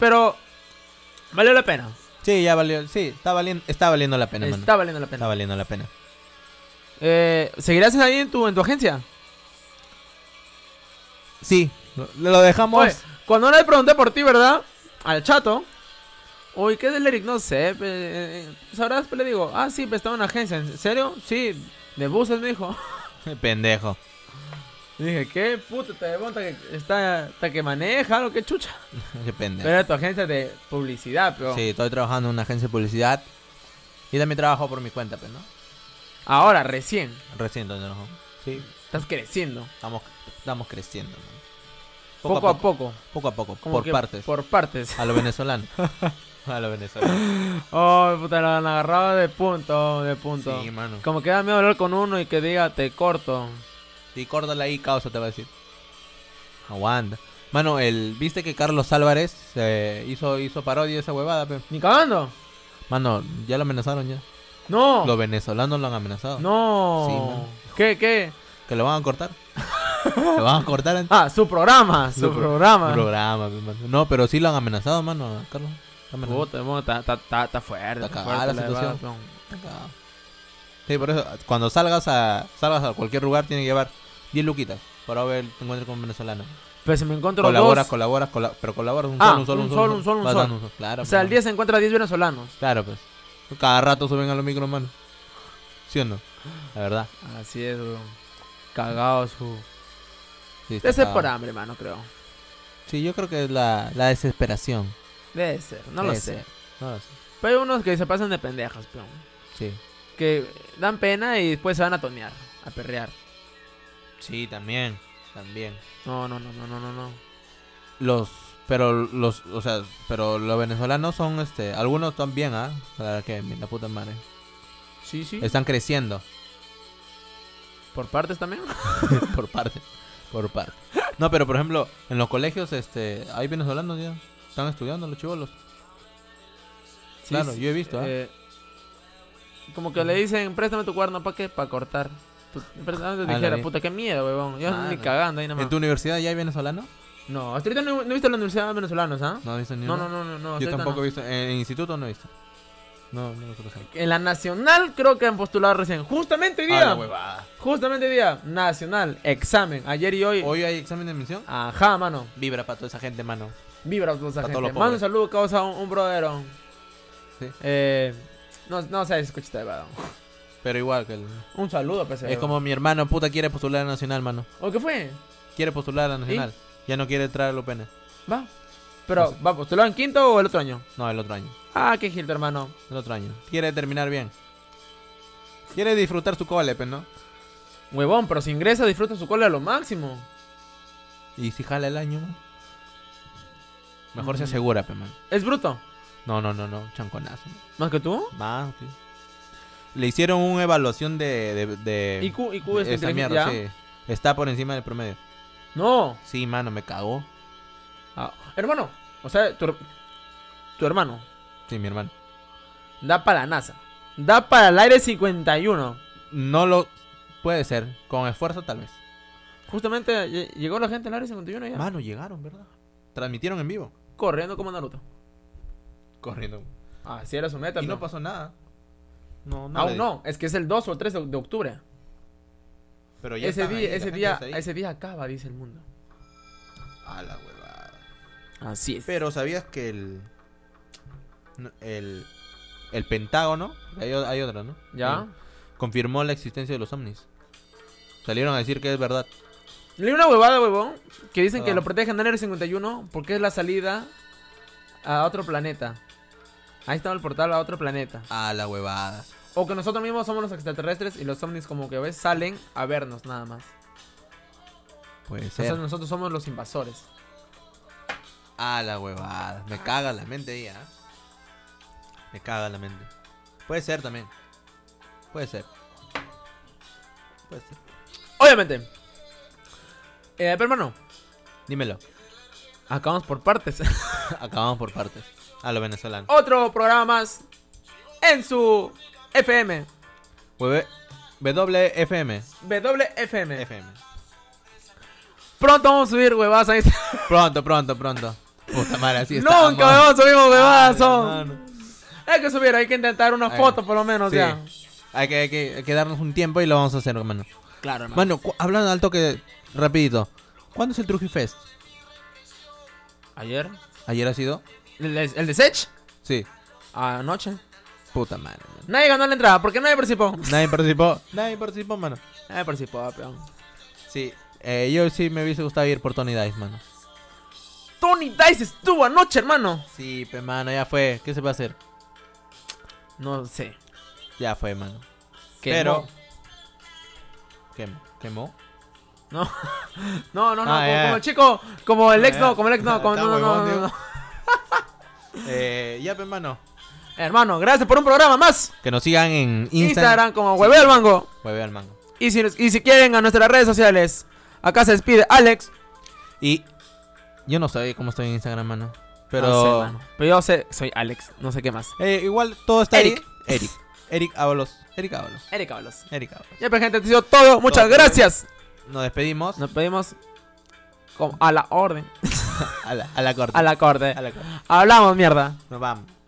[SPEAKER 1] Pero valió la pena.
[SPEAKER 2] Sí, ya valió. Sí, está valiendo, está valiendo la pena, mano.
[SPEAKER 1] Está valiendo la
[SPEAKER 2] Está
[SPEAKER 1] pena.
[SPEAKER 2] valiendo la pena.
[SPEAKER 1] Eh, ¿Seguirás ahí en tu, en tu agencia?
[SPEAKER 2] Sí, lo, lo dejamos.
[SPEAKER 1] Oye, cuando ahora le pregunté por ti, ¿verdad? Al chato. Uy, ¿qué es el Eric? No sé. pe- eh, eh, ¿Sabrás? Pues le digo, ah, sí, pues estaba en la agencia. ¿En serio? Sí, de buses, me dijo.
[SPEAKER 2] Pendejo.
[SPEAKER 1] Y dije, ¿qué puta te monta que está, está que maneja o qué chucha?
[SPEAKER 2] Qué pendejo.
[SPEAKER 1] Pero era tu agencia de publicidad, pero.
[SPEAKER 2] Sí, estoy trabajando en una agencia de publicidad. Y también trabajo por mi cuenta, pues, ¿no?
[SPEAKER 1] Ahora, recién,
[SPEAKER 2] Recién estoy trabajando. Sí.
[SPEAKER 1] estás creciendo.
[SPEAKER 2] Estamos, estamos creciendo, mano.
[SPEAKER 1] Poco, a poco.
[SPEAKER 2] Poco a poco,
[SPEAKER 1] como
[SPEAKER 2] por
[SPEAKER 1] que
[SPEAKER 2] partes.
[SPEAKER 1] Por partes.
[SPEAKER 2] A lo venezolano. a lo venezolano.
[SPEAKER 1] Oh, puta, lo han agarrado de punto, de punto.
[SPEAKER 2] Sí, mano.
[SPEAKER 1] Como que da miedo hablar con uno y que diga, te corto.
[SPEAKER 2] Sí, córdala ahí, causa, te va a decir. Aguanta. Mano, el, ¿viste que Carlos Álvarez eh, hizo, hizo parodia de esa huevada, pe?
[SPEAKER 1] ¿Ni cagando?
[SPEAKER 2] Mano, ya lo amenazaron ya.
[SPEAKER 1] No.
[SPEAKER 2] Los venezolanos lo han amenazado. Sí,
[SPEAKER 1] No.
[SPEAKER 2] mano.
[SPEAKER 1] ¿Qué, qué?
[SPEAKER 2] Que lo van a cortar. lo van a cortar en
[SPEAKER 1] Ah, su programa, su,
[SPEAKER 2] pro-
[SPEAKER 1] programa.
[SPEAKER 2] programa, pe, mano. pues, No, pero sí lo han amenazado, mano, a Carlos. Está amenazado.
[SPEAKER 1] Puta, bueno, está, está, está, está fuerte.
[SPEAKER 2] Está
[SPEAKER 1] está
[SPEAKER 2] cagada
[SPEAKER 1] fuerte
[SPEAKER 2] la situación.
[SPEAKER 1] huevada,
[SPEAKER 2] Está cagado. Sí, por eso, cuando salgas a, salgas a cualquier lugar, tienes que llevar 10 luquitas. Para ver, te encuentres con un venezolano.
[SPEAKER 1] pero- Pero si me encuentro
[SPEAKER 2] Colaboras,
[SPEAKER 1] dos,
[SPEAKER 2] colaboras, cola- pero colaboras un
[SPEAKER 1] Ah,
[SPEAKER 2] solo, un solo,
[SPEAKER 1] un
[SPEAKER 2] un
[SPEAKER 1] solo,
[SPEAKER 2] solo.
[SPEAKER 1] un solo, un
[SPEAKER 2] Vas
[SPEAKER 1] solo.
[SPEAKER 2] dando un Claro,
[SPEAKER 1] O sea,
[SPEAKER 2] pues,
[SPEAKER 1] al día se encuentra 10 venezolanos.
[SPEAKER 2] Claro, pues. Cada rato suben a los micros, mano. ¿Sí o no? La verdad.
[SPEAKER 1] Así es, weón. Cagado su...
[SPEAKER 2] Sí, está
[SPEAKER 1] Debe ser
[SPEAKER 2] cagado.
[SPEAKER 1] por hambre, mano, creo.
[SPEAKER 2] Sí, yo creo que es la, la desesperación.
[SPEAKER 1] Debe ser, no lo
[SPEAKER 2] Debe
[SPEAKER 1] sé.
[SPEAKER 2] ser. No lo sé.
[SPEAKER 1] Pero hay unos que se pasan de pendejas, peón.
[SPEAKER 2] Sí.
[SPEAKER 1] Que dan pena y después se van a tonear, a perrear.
[SPEAKER 2] Sí, también. También.
[SPEAKER 1] No, no, no, no, no, no, no.
[SPEAKER 2] Los. Pero los. O sea, pero los venezolanos son este. Algunos están bien, ¿ah? La verdad que la puta madre.
[SPEAKER 1] Sí, sí.
[SPEAKER 2] Están creciendo.
[SPEAKER 1] Por partes también.
[SPEAKER 2] por parte. Por parte. No, pero por ejemplo, en los colegios, este. Hay venezolanos ya. Están estudiando los chivolos.
[SPEAKER 1] Sí,
[SPEAKER 2] Claro,
[SPEAKER 1] sí,
[SPEAKER 2] yo he visto, ¿ah?
[SPEAKER 1] eh, como que le dicen, préstame tu cuerno, ¿para qué? Para cortar. Tu- Préstame tu
[SPEAKER 2] A Ah, la
[SPEAKER 1] tijera,
[SPEAKER 2] vi-
[SPEAKER 1] puta, qué miedo, huevón. Yo
[SPEAKER 2] Ah,
[SPEAKER 1] ni
[SPEAKER 2] no.
[SPEAKER 1] cagando ahí nada más.
[SPEAKER 2] ¿En tu universidad ya hay venezolanos?
[SPEAKER 1] No, hasta ahorita no, no he visto la universidad de venezolanos, ¿ah?
[SPEAKER 2] No, dicen ni
[SPEAKER 1] No,
[SPEAKER 2] uno.
[SPEAKER 1] no, no, no. no, hasta
[SPEAKER 2] Yo
[SPEAKER 1] ahorita
[SPEAKER 2] tampoco
[SPEAKER 1] no.
[SPEAKER 2] he visto. En, en instituto no he visto. No, no lo conozco.
[SPEAKER 1] En la nacional creo que han postulado recién. Justamente hoy
[SPEAKER 2] Ah,
[SPEAKER 1] día.
[SPEAKER 2] la huevada.
[SPEAKER 1] justamente hoy día. Nacional, examen. Ayer y hoy.
[SPEAKER 2] Hoy hay examen de admisión.
[SPEAKER 1] Ajá, mano.
[SPEAKER 2] Vibra para toda esa gente, mano.
[SPEAKER 1] Vibra a toda esa
[SPEAKER 2] Pa' todos
[SPEAKER 1] gente.
[SPEAKER 2] los
[SPEAKER 1] Manda un
[SPEAKER 2] pobres.
[SPEAKER 1] saludo, causa un, un brotherón.
[SPEAKER 2] Sí.
[SPEAKER 1] Eh, no, no sabes, escuchita de verdad.
[SPEAKER 2] Pero igual que el-
[SPEAKER 1] Un saludo, pues.
[SPEAKER 2] Es como mi hermano, puta, quiere postular a la Nacional, mano.
[SPEAKER 1] ¿O qué fue?
[SPEAKER 2] Quiere postular a la Nacional. Ya no quiere entrar a los penes.
[SPEAKER 1] Va. Pero,
[SPEAKER 2] No sé.
[SPEAKER 1] ¿va pues, postulado en quinto o el otro año?
[SPEAKER 2] No, el otro año.
[SPEAKER 1] Ah, qué gilto, hermano.
[SPEAKER 2] El otro año. Quiere terminar bien. Quiere disfrutar su cole, pues, ¿no?
[SPEAKER 1] Huevón, pero si ingresa, disfruta su cola a lo máximo.
[SPEAKER 2] Y si jala el año, mano? Mejor se
[SPEAKER 1] Mm.
[SPEAKER 2] asegura, pues, mano.
[SPEAKER 1] Es bruto.
[SPEAKER 2] No, no, no, no. Chanconazo.
[SPEAKER 1] ¿Más que tú?
[SPEAKER 2] Más, pues. Le hicieron una evaluación de. de, de-
[SPEAKER 1] IQ, IQ es
[SPEAKER 2] Eh, esa
[SPEAKER 1] inteligencia,
[SPEAKER 2] mierda,
[SPEAKER 1] ya.
[SPEAKER 2] sí. Está por encima del promedio.
[SPEAKER 1] No.
[SPEAKER 2] Sí, mano, me cagó.
[SPEAKER 1] Ah, hermano. O sea, tu, her- tu hermano.
[SPEAKER 2] Sí, mi hermano.
[SPEAKER 1] Da para la NASA. Da para el aire 51.
[SPEAKER 2] No lo. Puede ser. Con esfuerzo, tal vez.
[SPEAKER 1] Justamente lle- llegó la gente al área 51 ya.
[SPEAKER 2] Mano, llegaron, ¿verdad? Transmitieron en vivo.
[SPEAKER 1] Corriendo como Naruto.
[SPEAKER 2] Corriendo.
[SPEAKER 1] Así era su meta.
[SPEAKER 2] Y no
[SPEAKER 1] pero-
[SPEAKER 2] pasó nada. No, no. le
[SPEAKER 1] Aún
[SPEAKER 2] di-
[SPEAKER 1] no. Es que es el 2 o el 3 de, de octubre.
[SPEAKER 2] Pero ya
[SPEAKER 1] Ese
[SPEAKER 2] están
[SPEAKER 1] día,
[SPEAKER 2] ahí, la
[SPEAKER 1] ese,
[SPEAKER 2] gente
[SPEAKER 1] día,
[SPEAKER 2] está ahí.
[SPEAKER 1] ese día acaba, dice el mundo.
[SPEAKER 2] A la huevada.
[SPEAKER 1] Así es.
[SPEAKER 2] Pero sabías que el. no, El. El Pentágono. Hay, o- hay otra, ¿no?
[SPEAKER 1] ¿Ya?
[SPEAKER 2] Sí. Confirmó la existencia de los ovnis. Salieron a decir que es verdad.
[SPEAKER 1] Leí una huevada, huevón, que dicen que
[SPEAKER 2] Ah.
[SPEAKER 1] lo protegen en el 51 porque es la salida a otro planeta. Ahí está el portal a otro planeta.
[SPEAKER 2] A la huevada.
[SPEAKER 1] O que nosotros mismos somos los extraterrestres y los ovnis como que a veces salen a vernos nada más.
[SPEAKER 2] Puede
[SPEAKER 1] O sea,
[SPEAKER 2] ser.
[SPEAKER 1] nosotros somos los invasores.
[SPEAKER 2] A la huevada. Me caga la mente ahí, ¿ah? Me caga la mente. Puede ser también. Puede ser. Puede ser.
[SPEAKER 1] Oye, Obviamente. Eh, pero hermano,
[SPEAKER 2] Dímelo.
[SPEAKER 1] acabamos por partes.
[SPEAKER 2] Acabamos por partes. A lo venezolano.
[SPEAKER 1] Otro programa más en su FM.
[SPEAKER 2] Webe- WFM.
[SPEAKER 1] WFM.
[SPEAKER 2] FM.
[SPEAKER 1] Pronto vamos a subir huevadas a Instagram.
[SPEAKER 2] Pronto, pronto, pronto. Puta madre, así estamos.
[SPEAKER 1] Nunca vamos a subir
[SPEAKER 2] Ay,
[SPEAKER 1] huevadas. son.
[SPEAKER 2] hermano.
[SPEAKER 1] Hay que subir, hay que intentar una
[SPEAKER 2] Ay,
[SPEAKER 1] foto por lo menos
[SPEAKER 2] sí.
[SPEAKER 1] ya.
[SPEAKER 2] Hay que, hay que- hay que darnos un tiempo y lo vamos a hacer, hermano.
[SPEAKER 1] Claro,
[SPEAKER 2] Mano, cu- hablando al toque, rapidito. ¿Cuándo es el Trujillo Fest?
[SPEAKER 1] ¿Ayer?
[SPEAKER 2] ¿Ayer ha sido?
[SPEAKER 1] ¿El, el- el de Sech?
[SPEAKER 2] Sí.
[SPEAKER 1] Anoche.
[SPEAKER 2] Puta madre, mano.
[SPEAKER 1] Nadie ganó la entrada porque nadie participó.
[SPEAKER 2] Nadie participó. Nadie participó, mano.
[SPEAKER 1] Nadie participó, peón.
[SPEAKER 2] Sí. Eh, yo sí me hubiese gustado ir por Tony Dice, mano.
[SPEAKER 1] Tony Dice estuvo anoche, hermano.
[SPEAKER 2] Sí, pe, mano, ya fue. ¿Qué se va a hacer?
[SPEAKER 1] No sé.
[SPEAKER 2] Ya fue, mano.
[SPEAKER 1] Quemó.
[SPEAKER 2] Pero. Quem- ¿Quemó?
[SPEAKER 1] No, no, no, no,
[SPEAKER 2] Ah,
[SPEAKER 1] como,
[SPEAKER 2] ya.
[SPEAKER 1] como el chico, como el ex
[SPEAKER 2] Ah,
[SPEAKER 1] no,
[SPEAKER 2] ya.
[SPEAKER 1] como el ex no, como
[SPEAKER 2] Está
[SPEAKER 1] no, no, no,
[SPEAKER 2] huevón, tío.
[SPEAKER 1] no, no.
[SPEAKER 2] Eh, ya, pe, mano.
[SPEAKER 1] Hermano, gracias por un programa más.
[SPEAKER 2] Que nos sigan en Insta-
[SPEAKER 1] Instagram como Hueveo al Mango.
[SPEAKER 2] Hueveo al mango.
[SPEAKER 1] Y si, y si quieren a nuestras redes sociales, acá se despide Alex.
[SPEAKER 2] Y. Yo no sé cómo estoy en Instagram, mano. Pero.
[SPEAKER 1] No sé, hermano. pero yo sé, soy Alex, no sé qué más.
[SPEAKER 2] Eh, igual todo está
[SPEAKER 1] Eric.
[SPEAKER 2] ahí. Eric. Eric Ábalos. Eric Ábalos.
[SPEAKER 1] Erika Balos.
[SPEAKER 2] Eric Ábalos.
[SPEAKER 1] Ya, pues, gente, esto ha sido todo. Muchas
[SPEAKER 2] Todo.
[SPEAKER 1] gracias.
[SPEAKER 2] Nos despedimos.
[SPEAKER 1] Nos pedimos como a la orden,
[SPEAKER 2] A la, a la corte.
[SPEAKER 1] a la corte.
[SPEAKER 2] A la corte.
[SPEAKER 1] Hablamos, mierda.
[SPEAKER 2] Nos vamos.